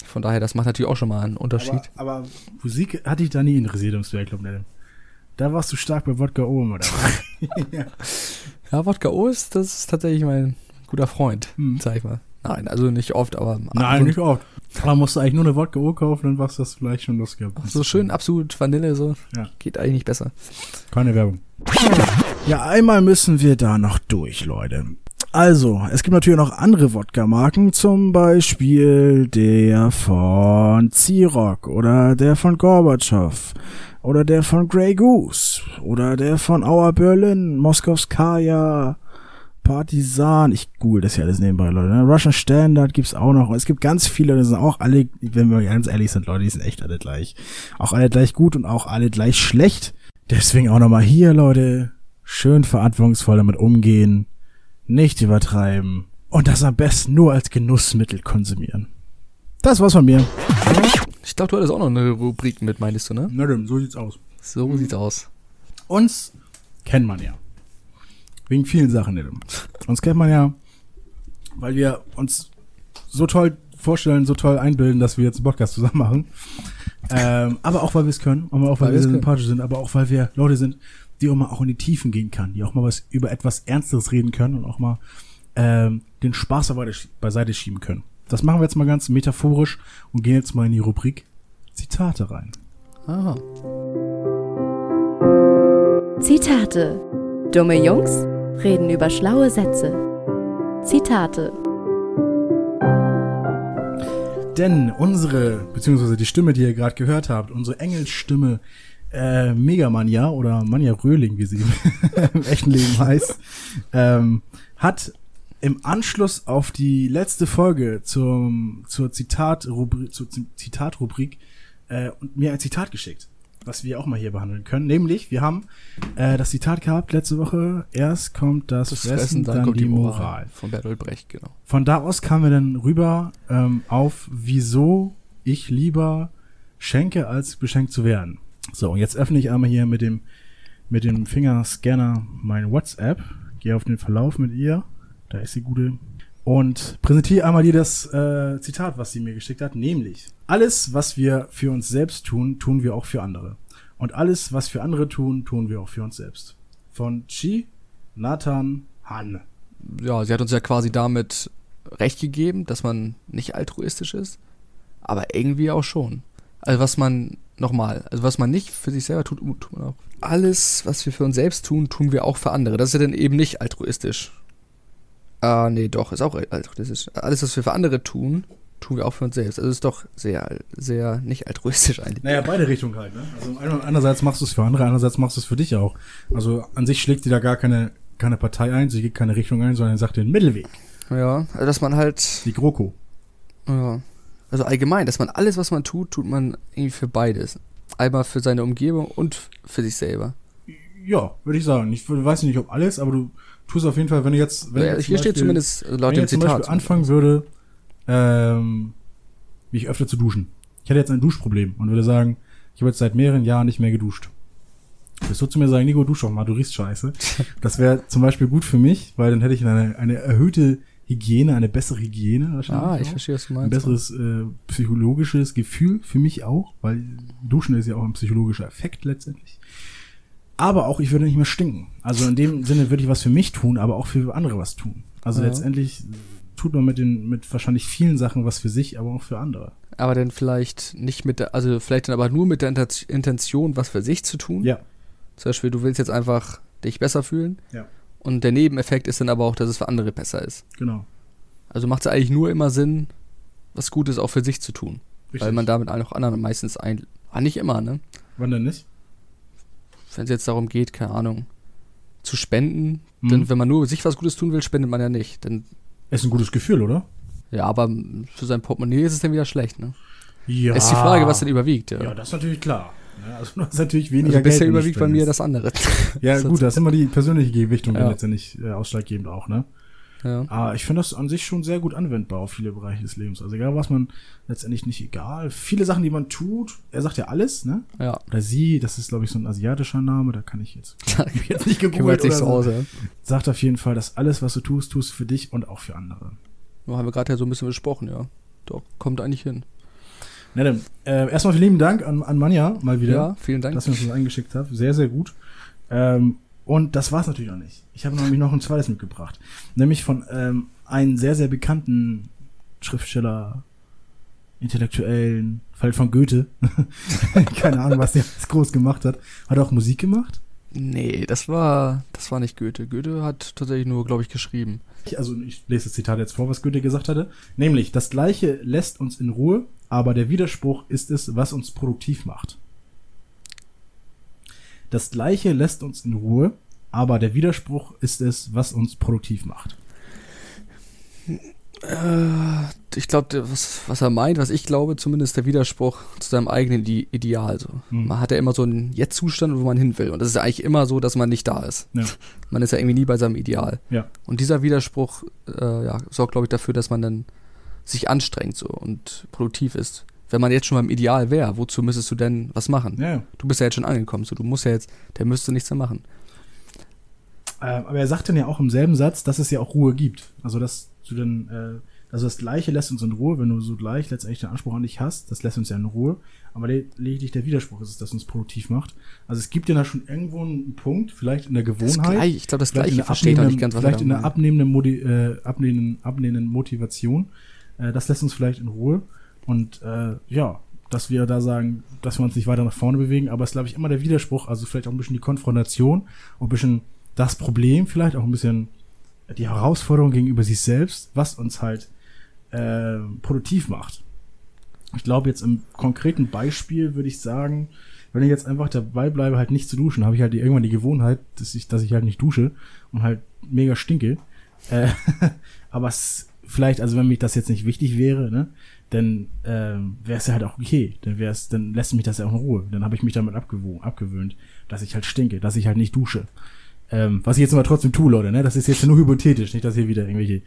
Von daher, das macht natürlich auch schon mal einen Unterschied.
Aber, aber Musik hat dich da nie interessiert im Swag Club, ne? Da warst du stark bei Wodka oben, oder? was?
ja, Wodka Ost, das ist tatsächlich mein guter Freund,
Hm.
sag ich mal. Nein, also nicht oft, aber am
Nein,
Abend-
nicht oft. Da musst du eigentlich nur eine Wodka O kaufen, dann warst du das vielleicht schon losgehabt.
So schön absolut Vanille, so.
Ja.
Geht eigentlich nicht besser.
Keine Werbung.
Ja, einmal müssen wir da noch durch, Leute. Also, es gibt natürlich noch andere Wodka-Marken, zum Beispiel der von Zirok oder der von Gorbatschow oder der von Grey Goose oder der von Auer Berlin, Moskowskaja, Partisan. Ich google das ja alles nebenbei, Leute. ne? Russian Standard gibt's auch noch. Und es gibt ganz viele, die sind auch alle, wenn wir ganz ehrlich sind, Leute, die sind echt alle gleich. Auch alle gleich gut und auch alle gleich schlecht. Deswegen auch nochmal hier, Leute. Schön verantwortungsvoll damit umgehen. Nicht übertreiben. Und das am besten nur als Genussmittel konsumieren. Das war's von mir.
Ich glaube, du hattest auch noch eine Rubrik mit, meinst du, ne?
Na denn, so sieht's aus.
So sieht's aus.
Uns kennt man ja. Wegen vielen Sachen. Nidum. Uns kennt man ja, weil wir uns so toll vorstellen, so toll einbilden, dass wir jetzt einen Podcast zusammen machen. Ähm, aber auch, weil wir es können, aber auch, weil,
Weil
wir
wir's können.
sympathisch sind, aber auch, weil wir Leute sind, die auch mal auch in die Tiefen gehen können, die auch mal was über etwas Ernsteres reden können und auch mal ähm, den Spaß beiseite sch- beiseite schieben können. Das machen wir jetzt mal ganz metaphorisch und gehen jetzt mal in die Rubrik Zitate rein.
Ah.
Zitate. Dumme Jungs reden über schlaue Sätze. Zitate.
Denn unsere, beziehungsweise die Stimme, die ihr gerade gehört habt, unsere Engelsstimme äh, Megamania oder Manja Röhling, wie sie im echten Leben heißt, ähm, hat im Anschluss auf die letzte Folge zum, zur Zitatrubrik, zur Zi- Zitatrubrik äh, und mir ein Zitat geschickt. was wir auch mal hier behandeln können. Nämlich, wir haben äh, das Zitat gehabt letzte Woche, erst kommt das, Fressen, dann, kommt die Moral.
Von Bertolt Brecht, genau.
Von da aus kamen wir dann rüber ähm, auf, wieso ich lieber schenke, als beschenkt zu werden. So, und jetzt öffne ich einmal hier mit dem, mit dem Fingerscanner mein WhatsApp, gehe auf den Verlauf mit ihr, da ist die gute, und präsentiere einmal dir das äh, Zitat, was sie mir geschickt hat, nämlich, alles, was wir für uns selbst tun, tun wir auch für andere. Und alles, was für andere tun, tun wir auch für uns selbst. Von Chi Nathan Han.
Ja, sie hat uns ja quasi damit recht gegeben, dass man nicht altruistisch ist, aber irgendwie auch schon. Also was man, nochmal, also was man nicht für sich selber tut, tut man auch. Alles, was wir für uns selbst tun, tun wir auch für andere. Das ist ja dann eben nicht altruistisch. Ah, nee, doch, ist auch altruistisch. Alles, was wir für andere tun, tun wir auch für uns selbst. Also ist doch sehr, sehr nicht altruistisch eigentlich.
Naja, beide Richtungen halt, ne? Also einer- einerseits machst du es für andere, andererseits machst du es für dich auch. Also an sich schlägt dir da gar keine, keine Partei ein, sie geht keine Richtung ein, sondern sagt den Mittelweg,
Ja, also dass man halt,
die GroKo.
ja, also allgemein, dass man alles, was man tut, tut man irgendwie für beides. Einmal für seine Umgebung und für sich selber.
Ja, würde ich sagen. Ich wür- weiß nicht, ob alles, aber du tust auf jeden Fall, wenn du jetzt... Wenn du
Ja,
jetzt
hier
zum
steht
Beispiel-
zumindest äh, laut
wenn
dem
ich zum Beispiel
Zitat.
anfangen würde, ähm, mich öfter zu duschen. Ich hätte jetzt ein Duschproblem und würde sagen, ich habe jetzt seit mehreren Jahren nicht mehr geduscht. Würdest du zu mir sagen, Nico, dusch doch mal, du riechst scheiße. Das wäre zum Beispiel gut für mich, weil dann hätte ich eine, eine erhöhte Hygiene, eine bessere Hygiene wahrscheinlich.
ah, ich
auch.
verstehe, was du
Ein
meinst.
besseres äh, psychologisches Gefühl für mich auch, weil Duschen ist ja auch ein psychologischer Effekt letztendlich. Aber auch, ich würde nicht mehr stinken. Also in dem Sinne würde ich was für mich tun, aber auch für andere was tun. Also
Ja.
letztendlich tut man mit den, mit wahrscheinlich vielen Sachen was für sich, aber auch für andere.
aber dann vielleicht nicht mit der, also vielleicht dann aber nur mit der Inten- Intention, was für sich zu tun.
Ja.
Zum Beispiel, du willst jetzt einfach dich besser fühlen.
Ja.
Und der Nebeneffekt ist dann aber auch, dass es für andere besser ist.
Genau.
Also macht es eigentlich nur immer Sinn, was Gutes auch für sich zu tun. Weil man damit auch anderen meistens ein. Ah, nicht immer, ne?
Wann denn nicht?
Wenn es jetzt darum geht, keine Ahnung, zu spenden,
Mhm.
denn wenn man nur sich was Gutes tun will, spendet man ja nicht. Denn,
Ist ein gutes Gefühl, oder?
ja, aber für sein Portemonnaie ist es dann wieder schlecht, ne?
Ja.
Ist die Frage, was dann überwiegt, ja.
Ja, das ist natürlich klar. Ja, also du hast natürlich weniger
also
Geld.
bisher
wenn du
überwiegt bei mir
spendest.
das andere.
Ja,
das-
gut, das ist immer die persönliche Gewichtung dann
Ja.
letztendlich äh, ausschlaggebend auch, ne?
ja.
Ah, ich finde das an sich schon sehr gut anwendbar auf viele Bereiche des Lebens. Also egal, was man letztendlich nicht egal. Viele Sachen, die man tut, er sagt ja alles, ne?
ja.
Oder sie, das ist, glaube ich, so ein asiatischer Name, da kann ich jetzt,
Da
hab ich jetzt nicht gegoogelt
kümmert sich
oder
so
so.
aus, ja.
Sagt auf jeden Fall, dass alles, was du tust, tust du für dich und auch für andere.
Ja, haben wir gerade ja so ein bisschen besprochen, ja. Doch, kommt eigentlich hin.
Na dann, äh, erstmal vielen lieben Dank an, an Manja mal wieder,
Ja, vielen Dank.
dass ihr uns das eingeschickt habt. Sehr, sehr gut. Ähm, und das war's natürlich noch nicht. Ich habe nämlich noch ein zweites mitgebracht. Nämlich von ähm, einem sehr, sehr bekannten Schriftsteller, Intellektuellen, vielleicht von Goethe. Keine Ahnung, was der alles groß gemacht hat. Hat auch Musik gemacht.
nee, das war, das war nicht Goethe. Goethe hat tatsächlich nur, glaube ich, geschrieben.
Ich- Also ich lese das Zitat jetzt vor, was Goethe gesagt hatte. Nämlich, das Gleiche lässt uns in Ruhe, aber der Widerspruch ist es, was uns produktiv macht. Das Gleiche lässt uns in Ruhe, aber der Widerspruch ist es, was uns produktiv macht.
Äh, ich glaube, was, was er meint, was ich glaube, zumindest der Widerspruch zu seinem eigenen Ide- Ideal. So.
Hm.
Man hat ja immer so einen Jetzt-Zustand, wo man hin will. Und das ist ja eigentlich immer so, dass man nicht da ist.
Ja.
Man ist ja irgendwie nie bei seinem Ideal.
Ja.
Und dieser Widerspruch äh, ja, sorgt, glaube ich, dafür, dass man dann sich anstrengt so und produktiv ist. Wenn man jetzt schon beim Ideal wäre, wozu müsstest du denn was machen?
Ja.
Du bist ja jetzt schon angekommen, so du musst ja jetzt, der müsste nichts mehr machen.
Ähm, aber er sagt dann ja auch im selben Satz, dass es ja auch Ruhe gibt. Also dass du dann, äh, also das Gleiche lässt uns in Ruhe, wenn du so gleich letztendlich den Anspruch an dich hast, das lässt uns ja in Ruhe. Aber le- lediglich der Widerspruch ist es, das uns produktiv macht. Also es gibt ja da schon irgendwo einen Punkt, vielleicht in der
Das
Gewohnheit.
gleiche, ich glaube, das
Vielleicht in
gleiche
einer
versteht er
abnehmenden-
nicht ganz, was er
Vielleicht in
da
einer
meint.
abnehmenden, Modi äh, abnehmenden, abnehmenden Motivation. Äh, das lässt uns vielleicht in Ruhe. Und äh, ja, dass wir da sagen, dass wir uns nicht weiter nach vorne bewegen, aber es ist, glaube ich, immer der Widerspruch, also vielleicht auch ein bisschen die Konfrontation und ein bisschen das Problem, vielleicht auch ein bisschen die Herausforderung gegenüber sich selbst, was uns halt äh, produktiv macht. Ich glaube, jetzt im konkreten Beispiel würde ich sagen, wenn ich jetzt einfach dabei bleibe, halt nicht zu duschen, habe ich halt die, irgendwann die Gewohnheit, dass ich, dass ich halt nicht dusche und halt mega stinke. Äh, aber es vielleicht, also wenn mich das jetzt nicht wichtig wäre, ne, dann ähm, wäre es ja halt auch okay. Dann wär's, dann lässt mich das ja auch in Ruhe. Dann habe ich mich damit abgewogen, abgewöhnt, dass ich halt stinke, dass ich halt nicht dusche. Ähm, was ich jetzt immer trotzdem tue, Leute, ne? Das ist jetzt nur hypothetisch, nicht, dass hier wieder irgendwelche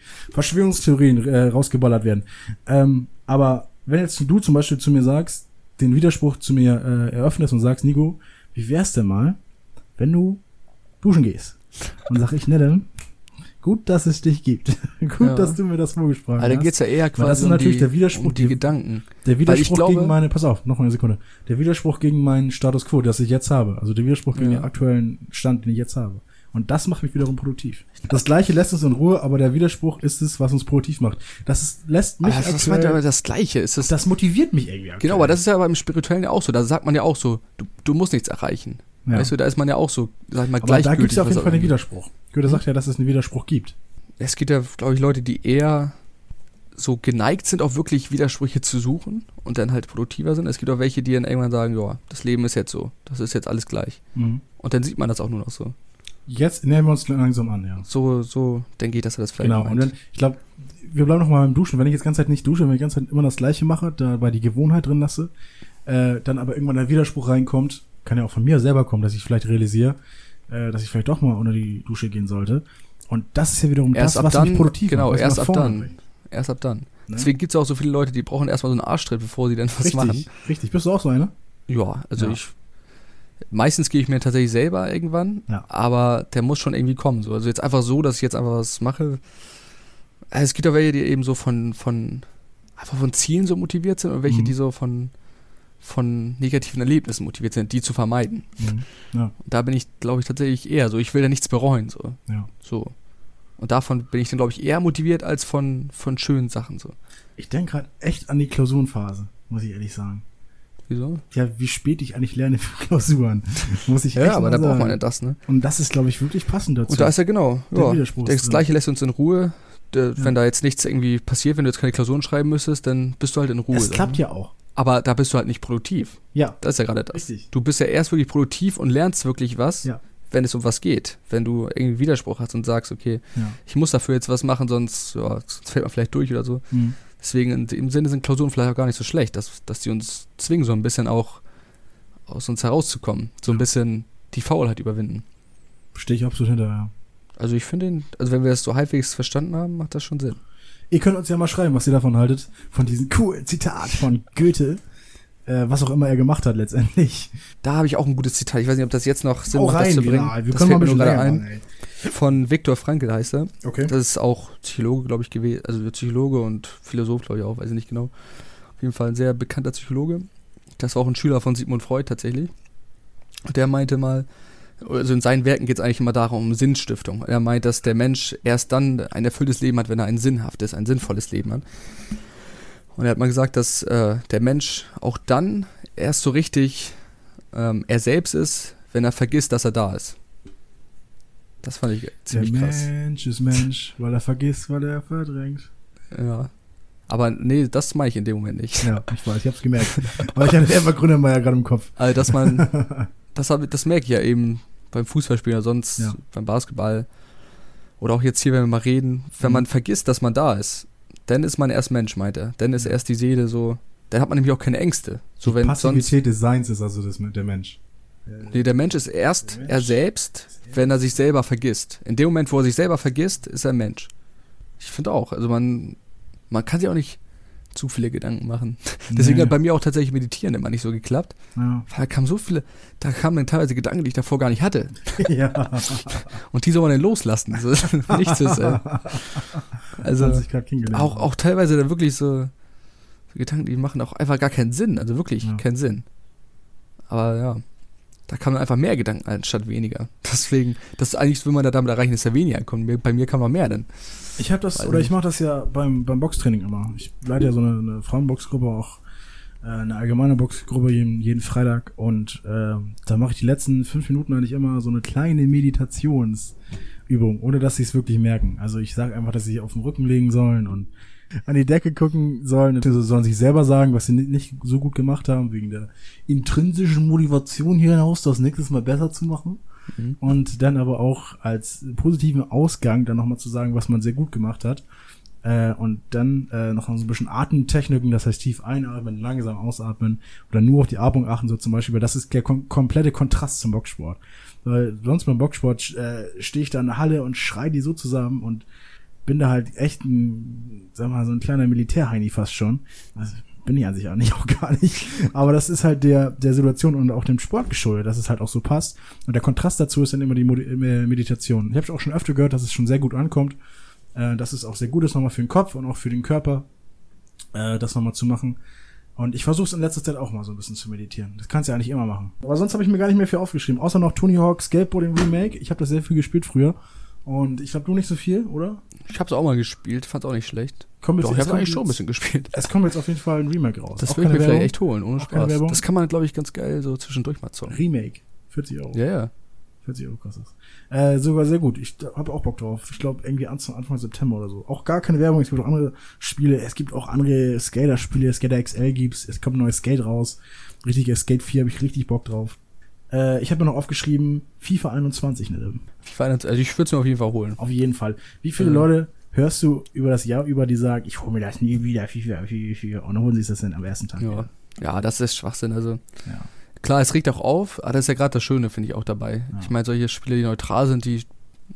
Verschwörungstheorien äh, rausgeballert werden. Ähm, aber wenn jetzt du zum Beispiel zu mir sagst, den Widerspruch zu mir äh, eröffnest und sagst, Nico, wie wär's denn mal, wenn du duschen gehst? Und sag ich, Nelle, gut, dass es dich gibt. gut,
Ja.
dass du mir das vorgesprochen
Aber da
hast.
geht's ja eher
Weil das
quasi
ist
um,
natürlich
die,
der Widerspruch,
um die
die-
Gedanken.
Der
Weil ich
Widerspruch
glaube-
gegen meine, pass auf, noch eine Sekunde. Der Widerspruch gegen meinen Status quo, das ich jetzt habe. Also der Widerspruch gegen
Ja.
den aktuellen Stand, den ich jetzt habe. Und das macht mich wiederum produktiv. Das gleiche lässt uns in Ruhe, aber der Widerspruch ist es, was uns produktiv macht. Das ist, lässt mich
Aber das, das,
aktuell-
meint er aber das Gleiche. Ist das,
das motiviert mich irgendwie. Aktuell.
genau, aber das ist ja beim Spirituellen ja auch so. Da sagt man ja auch so, du, du musst nichts erreichen.
Ja.
Weißt du, da ist man ja auch so, sag ich mal,
aber da
gleichgültig.
gibt es ja auf
was Hm?
jeden Fall den
angeht.
Widerspruch. Goethe sagt ja, dass es einen Widerspruch gibt.
es gibt ja, glaube ich, Leute, die eher so geneigt sind, auch wirklich Widersprüche zu suchen und dann halt produktiver sind. Es gibt auch welche, die dann irgendwann sagen, ja, das Leben ist jetzt so, das ist jetzt alles gleich. Und dann sieht man das auch nur noch so.
Jetzt nähern wir uns langsam an, ja.
So, so denke ich, dass er das vielleicht
Genau, und dann,
meint.
ich glaube, wir bleiben noch mal beim Duschen. Wenn ich jetzt ganze Zeit nicht dusche, wenn ich die ganze Zeit immer das Gleiche mache, dabei die Gewohnheit drin lasse, äh, dann aber irgendwann der Widerspruch reinkommt, kann ja auch von mir selber kommen, dass ich vielleicht realisiere, äh, dass ich vielleicht doch mal unter die Dusche gehen sollte. Und das ist ja wiederum
Erst
das,
ab
was
dann-
mich produktiv
genau,
was
erst
nach
ab
vorne
dann.
bringt.
Erst ab dann.
Ne?
Deswegen gibt es auch so viele Leute, die brauchen erstmal so einen Arschtritt, bevor sie dann was machen.
Richtig, richtig. Bist du auch so einer?
Ja, also
Ja.
ich. Meistens gehe ich mir tatsächlich selber irgendwann,
Ja.
aber der muss schon irgendwie kommen. So. Also jetzt einfach so, dass ich jetzt einfach was mache. Äh, Es gibt auch welche, die eben so von, von einfach von Zielen so motiviert sind und welche,
Mhm.
die so von, von negativen Erlebnissen motiviert sind, die zu vermeiden.
Mhm.
Und da bin ich, glaube ich, tatsächlich eher so. Ich will da nichts bereuen. So.
Ja.
so. Und davon bin ich dann, glaube ich, eher motiviert als von, von schönen Sachen. So.
Ich denke gerade echt an die Klausurenphase, muss ich ehrlich sagen.
Wieso?
Ja, wie spät ich eigentlich lerne für Klausuren, muss ich echt
Ja, aber
mal
da braucht
sagen.
man ja das, ne?
Und das ist, glaube ich, wirklich passend dazu.
Und da ist ja genau.
Der
ja,
Widerspruch ist
das
drin.
Gleiche lässt uns in Ruhe. Der, Wenn da jetzt nichts irgendwie passiert, wenn du jetzt keine Klausuren schreiben müsstest, dann bist du halt in Ruhe.
es
so.
klappt ja auch.
Aber da bist du halt nicht produktiv.
Ja,
Das ist ja gerade das.
Richtig.
Du bist ja erst wirklich produktiv und lernst wirklich was,
Ja.
wenn es um was geht. Wenn du irgendwie Widerspruch hast und sagst, okay,
Ja.
ich muss dafür jetzt was machen, sonst, ja, sonst fällt man vielleicht durch oder so.
Mhm.
Deswegen in dem Sinne sind Klausuren vielleicht auch gar nicht so schlecht, dass, dass die uns zwingen, so ein bisschen auch aus uns herauszukommen. So ein bisschen die Faulheit überwinden.
Stehe ich absolut hinter, ja.
Also ich finde den, also wenn wir das so halbwegs verstanden haben, macht das schon Sinn.
Ihr könnt uns ja mal schreiben, was ihr davon haltet, von diesem coolen Zitat von Goethe, äh, was auch immer er gemacht hat letztendlich.
Da habe ich auch ein gutes Zitat. Ich weiß nicht, ob das jetzt noch Sinn
Hau
macht, das zu
wieder.
bringen.
wir
das
können mal ein bisschen
fällt mir nur gerade
länger
ein.
machen,
Von Viktor Frankl heißt er.
ey. Okay.
Das ist auch Psychologe, glaube ich, gewesen. Also Psychologe und Philosoph, glaube ich auch, weiß ich nicht genau. Auf jeden Fall ein sehr bekannter Psychologe. Das war auch ein Schüler von Sigmund Freud tatsächlich. Der meinte mal, also in seinen Werken geht es eigentlich immer darum, um Sinnstiftung. Er meint, dass der Mensch erst dann ein erfülltes Leben hat, wenn er ein sinnhaftes, ein sinnvolles Leben hat. Und er hat mal gesagt, dass äh, der Mensch auch dann erst so richtig ähm, er selbst ist, wenn er vergisst, dass er da ist. Das fand ich ziemlich
Der
krass.
Mensch ist Mensch, weil er vergisst, weil er verdrängt.
Ja. Aber nee, das meine ich in dem Moment nicht.
Ja, ich weiß, ich hab's gemerkt. Aber ich hatte Eva Grünemeyer gerade im Kopf.
Also, dass man, das, hab- das merke ich ja eben beim Fußballspieler, sonst
Ja.
beim Basketball oder auch jetzt hier, wenn wir mal reden. Wenn
Mhm.
man vergisst, dass man da ist, dann ist man erst Mensch, meint er. Dann ist erst die Seele so. Dann hat man nämlich auch keine Ängste. So, wenn sonst.
Passivität des Seins ist also das, der Mensch.
Nee, der Mensch ist erst
Der Mensch
er selbst, wenn er sich selber vergisst. In dem Moment, wo er sich selber vergisst, ist er Mensch. Ich finde auch. Also, man, man kann sich auch nicht zu viele Gedanken machen. Deswegen
Nee.
hat bei mir auch tatsächlich Meditieren immer nicht so geklappt.
Ja.
Weil da kamen so viele, da kamen dann teilweise Gedanken, die ich davor gar nicht hatte.
ja.
Also Und die soll man dann loslassen. So, Nichts ist, ey.
hat
Also
sich gerade kennengelernt.
auch, auch teilweise dann wirklich so, so Gedanken, die machen auch einfach gar keinen Sinn. Also wirklich
Ja.
keinen Sinn. Aber ja, da kamen dann einfach mehr Gedanken anstatt weniger. Deswegen, das ist eigentlich, will man da damit erreichen, dass da weniger kommt. Mir- Bei mir kam noch mehr dann.
Ich habe das,
Weiß
oder ich
nicht.
mache das ja beim, beim Boxtraining immer. Ich leite ja so eine, eine Frauenboxgruppe, auch äh, eine allgemeine Boxgruppe jeden, jeden Freitag. Und äh, da mache ich die letzten fünf Minuten eigentlich immer so eine kleine Meditationsübung, ohne dass sie es wirklich merken. Also ich sage einfach, dass sie sich auf den Rücken legen sollen und an die Decke gucken sollen. Sie sollen sich selber sagen, was sie ni- nicht so gut gemacht haben, wegen der intrinsischen Motivation hier hinaus, das nächstes Mal besser zu machen.
Mhm.
Und dann aber auch als positiven Ausgang dann nochmal zu sagen, was man sehr gut gemacht hat. Äh, und dann äh, noch so ein bisschen Atemtechniken, das heißt tief einatmen, langsam ausatmen oder nur auf die Atmung achten, so zum Beispiel, weil das ist der kom komplette Kontrast zum Boxsport. Weil sonst beim Boxsport äh, stehe ich da in der Halle und schrei die so zusammen und bin da halt echt ein, sag mal, so ein kleiner Militärheini fast schon. Also, bin ich an sich eigentlich auch gar nicht. Aber das ist halt der, der Situation und auch dem Sport geschuldet, dass es halt auch so passt. Und der Kontrast dazu ist dann immer die Mod äh, Meditation. Ich habe auch schon öfter gehört, dass es schon sehr gut ankommt. Äh, dass es auch sehr gut ist, nochmal für den Kopf und auch für den Körper, äh, das nochmal zu machen. Und ich versuche es in letzter Zeit auch mal so ein bisschen zu meditieren. Das kannst du ja eigentlich immer machen. Aber sonst habe ich mir gar nicht mehr viel aufgeschrieben. Außer noch Tony Hawk Skateboarding Remake. Ich habe das sehr viel gespielt früher. Und ich glaube, du nicht so viel, oder?
Ich hab's auch mal gespielt, fand's auch nicht schlecht.
Kommt
Doch, ich
es
hab's
kommt
eigentlich schon ein
jetzt-
bisschen gespielt.
Es kommt jetzt auf jeden Fall ein Remake raus.
Das
Auch
will ich
keine
mir vielleicht
Werbung.
echt holen, ohne
Auch keine
Spaß.
Werbung?
Das kann man, glaube ich, ganz geil so zwischendurch mal zocken.
Remake. 40 Euro.
Ja, ja.
40 Euro kostet das. Äh, sogar sehr gut. Ich habe auch Bock drauf. Ich glaube, irgendwie Anfang, Anfang September oder so. Auch gar keine Werbung. Es gibt auch andere Spiele. Es gibt auch andere Skater-Spiele. Skater XL gibt's. Es kommt ein neues Skate raus. Richtiges Skate 4 habe ich richtig Bock drauf. Äh, ich habe mir noch aufgeschrieben, FIFA 21, ne? Tim?
Ich, war also ich würde es mir auf jeden Fall holen.
Auf jeden Fall. Wie viele
Mhm.
Leute hörst du über das Jahr über, die sagen, ich hole mir das nie wieder, FIFA, FIFA, FIFA. Und dann holen sie es das dann am ersten Tag.
Ja.
wieder.
ja, das ist Schwachsinn. Also
Ja.
klar, es regt auch auf, aber das ist ja gerade das Schöne, finde ich auch dabei.
Ja.
Ich meine, solche Spiele, die neutral sind, die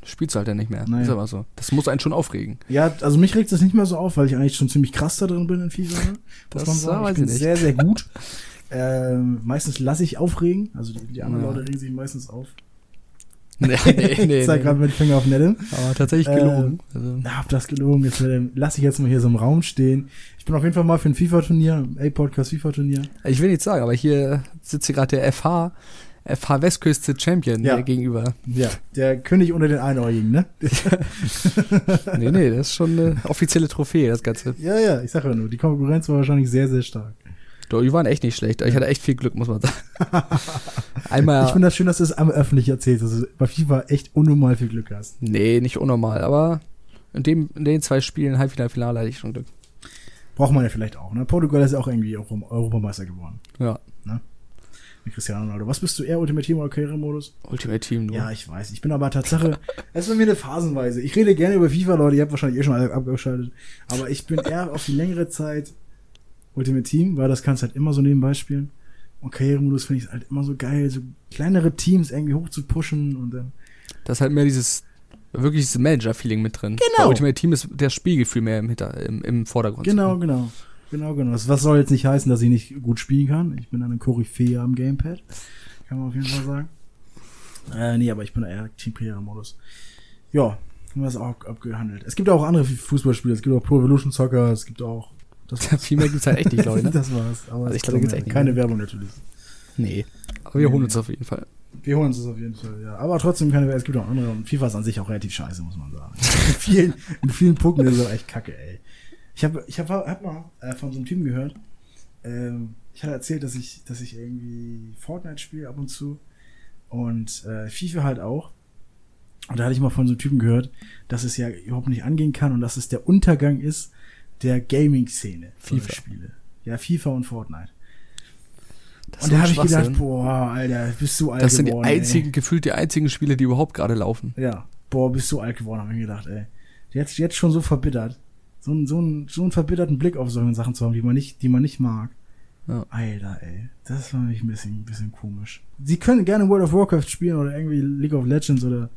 spielst du halt ja nicht mehr.
Naja.
Ist aber so. Das muss einen schon aufregen.
Ja, also mich regt das nicht mehr so auf, weil ich eigentlich schon ziemlich krass da drin bin in FIFA. ne?
Das
Muss man sagen.
weiß
Ich bin
ich nicht.
sehr, sehr gut. ähm, meistens lasse ich aufregen. Also die, die anderen
Ja.
Leute regen sich meistens auf.
Nee,
ich zeig gerade mit dem Finger auf Nedim.
Aber tatsächlich
Äh,
gelogen. also,
Na, hab das gelogen. Jetzt Nedim, lass ich jetzt mal hier so im Raum stehen. Ich bin auf jeden Fall mal für ein FIFA-Turnier, A-Podcast FIFA-Turnier.
ich will nicht sagen, aber hier sitzt hier gerade der FH, FH Westküste Champion
Ja.
mir gegenüber.
Ja, der König unter den Einäugigen, ne?
Nee, nee, das ist schon eine offizielle Trophäe, das Ganze.
ja, ja, ich sag ja nur, die Konkurrenz war wahrscheinlich sehr, sehr stark.
Doch, die waren echt nicht schlecht. Ich hatte echt viel Glück, muss man sagen. Einmal.
Ich finde das schön, dass du es einmal öffentlich erzählst, dass du bei FIFA echt unnormal viel Glück hast.
nee, nicht unnormal, aber in, dem, in den zwei Spielen, Halbfinale, Finale, hatte ich schon Glück.
Braucht man ja vielleicht auch, ne? Portugal ist ja auch irgendwie auch Europameister geworden.
Ja.
mit Cristiano Ronaldo. Was bist du eher Ultimate Team oder Karrieremodus?
Ultimate Team nur.
Ja, ich weiß. Ich bin aber Tatsache, es ist bei mir eine Phasenweise. Ich rede gerne über FIFA, Leute, ihr habt wahrscheinlich eh schon alle abgeschaltet. Aber ich bin eher auf die längere Zeit Ultimate Team, weil das kannst du halt immer so nebenbei spielen. Und Karrieremodus finde ich halt immer so geil, so kleinere Teams irgendwie hoch zu pushen und dann.
Das ist halt mehr dieses, wirklich dieses Manager-Feeling mit drin.
Genau.
Bei Ultimate Team ist der Spielgefühl mehr im, Hinter-, im, im Vordergrund.
Genau, genau. Genau, genau. Das, was soll jetzt nicht heißen, dass ich nicht gut spielen kann. Ich bin eine Koryphäe am Gamepad. Kann man auf jeden Fall sagen. Äh, nee, aber ich bin eher Team Karriere-Modus. Ja, haben wir es auch abgehandelt. Es gibt auch andere Fußballspiele. Es gibt auch Pro Evolution Soccer. Es gibt auch. Das war's.
Viel mehr gibt's halt echt nicht, Leute. Ne?
das war's. Aber
Also
es
ich glaube, da gibt's
keine-
echt nicht
keine Werbung natürlich.
nee. Aber wir holen uns auf jeden Fall.
Wir holen uns das auf jeden Fall, ja. Aber trotzdem keine Werbung. Es gibt auch andere. Und FIFA ist an sich auch relativ scheiße, muss man sagen. In vielen, in vielen Punkten ist es auch echt kacke, ey. Ich habe ich hab, hab mal äh, von so einem Typen gehört. Ähm, ich hatte erzählt, dass ich, dass ich irgendwie Fortnite spiele ab und zu. Und äh, FIFA halt auch. Und da hatte ich mal von so einem Typen gehört, dass es ja überhaupt nicht angehen kann und dass es der Untergang ist der Gaming-Szene. solcher
FIFA.
Spiele. Ja, FIFA und Fortnite.
Das
Und da habe ich
Schwachsinn.
gedacht, boah, Alter, bist du alt
das sind die
geworden, ey.
einzigen, gefühlt die einzigen Spiele, die überhaupt gerade laufen.
Ja, boah, bist du alt geworden, hab ich mir gedacht, ey. Jetzt, jetzt schon so verbittert. So, einen- so, einen, so einen verbitterten Blick auf solche Sachen zu haben, die man nicht, die man nicht mag.
Ja.
Alter, ey. Das war mich ein bisschen, ein bisschen komisch. Sie können gerne World of Warcraft spielen oder irgendwie League of Legends oder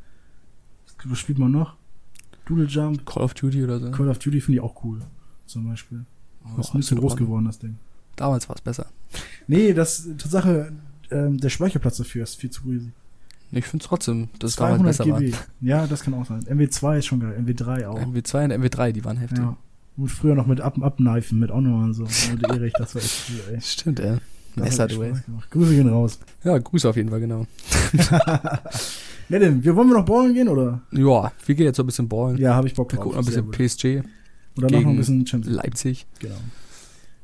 was spielt man noch? Doodle Jump,
Call of Duty oder so.
Call of Duty finde ich auch cool. Zum Beispiel.
Oh,
Das ist nicht so
absolut.
groß geworden, das Ding.
Damals war es besser.
Nee, das, Tatsache, ähm, der Speicherplatz dafür ist viel zu riesig.
Ich finde trotzdem, dass es damals
200
besser war.
GB. Ja, das kann auch sein. MW2 ist schon geil, MW3 auch.
MW2 und MW3, die waren heftig.
Ja. Und früher noch mit Up Abkneifen, mit Honor und so. Und Erich, das war echt cool, ey.
Stimmt, ey.
Das
Messer,
hat echt
du ey.
Spaß gemacht. Grüße gehen raus.
Ja, Grüße auf jeden Fall, genau.
Nedim, Ne, wir wollen wir noch bowlen gehen, oder?
Ja, wir gehen jetzt so ein bisschen ballen.
Ja, habe ich Bock
Wir
drauf.
gucken noch ein
Sehr gut.
bisschen PSG,
Oder machen wir ein
gegen
bisschen Champions
Leipzig.
League. Genau.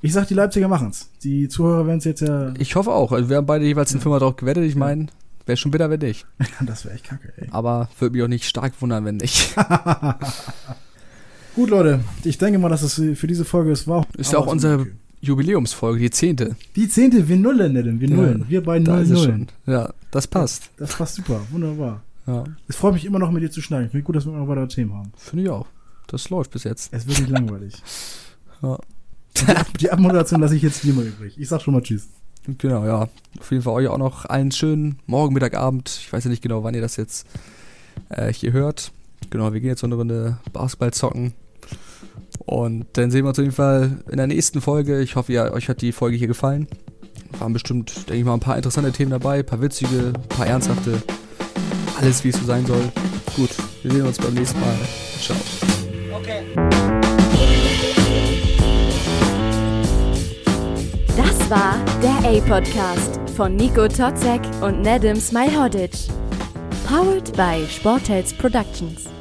Ich sag, die Leipziger machen's. Die Zuhörer werden's jetzt ja...
Ich hoffe auch. Also wir haben beide jeweils einen Firma drauf gewettet. Ich
Ja.
meine, wäre schon bitter, wenn nicht.
Das wäre echt kacke, ey.
Aber würde mich auch nicht stark wundern, wenn nicht.
Gut, Leute. Ich denke mal, dass es für diese Folge es war.
Ist ja
Aber
auch unsere
okay.
Jubiläumsfolge, die zehnte.
Die zehnte, wir nullen, Nedim. Wir
Ja,
nullen. wir beiden
Da
nullen,
ist es
nullen.
schon. Ja, das passt.
Das passt super. Wunderbar.
Ja,
Es freut mich immer noch, mit dir zu schneiden. Ich finde gut, dass wir immer noch weitere Themen haben.
finde ich auch. das läuft bis jetzt.
Es wird nicht langweilig.
Ja.
Die Abmoderation lasse ich jetzt dir mal übrig. Ich sag schon mal Tschüss.
Genau, ja. Auf jeden Fall euch auch noch einen schönen Morgen, Mittag, Abend. Ich weiß ja nicht genau, wann ihr das jetzt äh, hier hört. Genau, wir gehen jetzt noch eine Runde Basketball zocken. Und dann sehen wir uns auf jeden Fall in der nächsten Folge. Ich hoffe, ihr, euch hat die Folge hier gefallen. Waren bestimmt, denke ich mal, ein paar interessante Themen dabei, ein paar witzige, ein paar ernsthafte. Alles, wie es so sein soll. Gut, wir sehen uns beim nächsten Mal. Ciao.
Das war der A-Podcast von Nico Totzek und Nedim Smilhodic. Powered by Sportels Productions.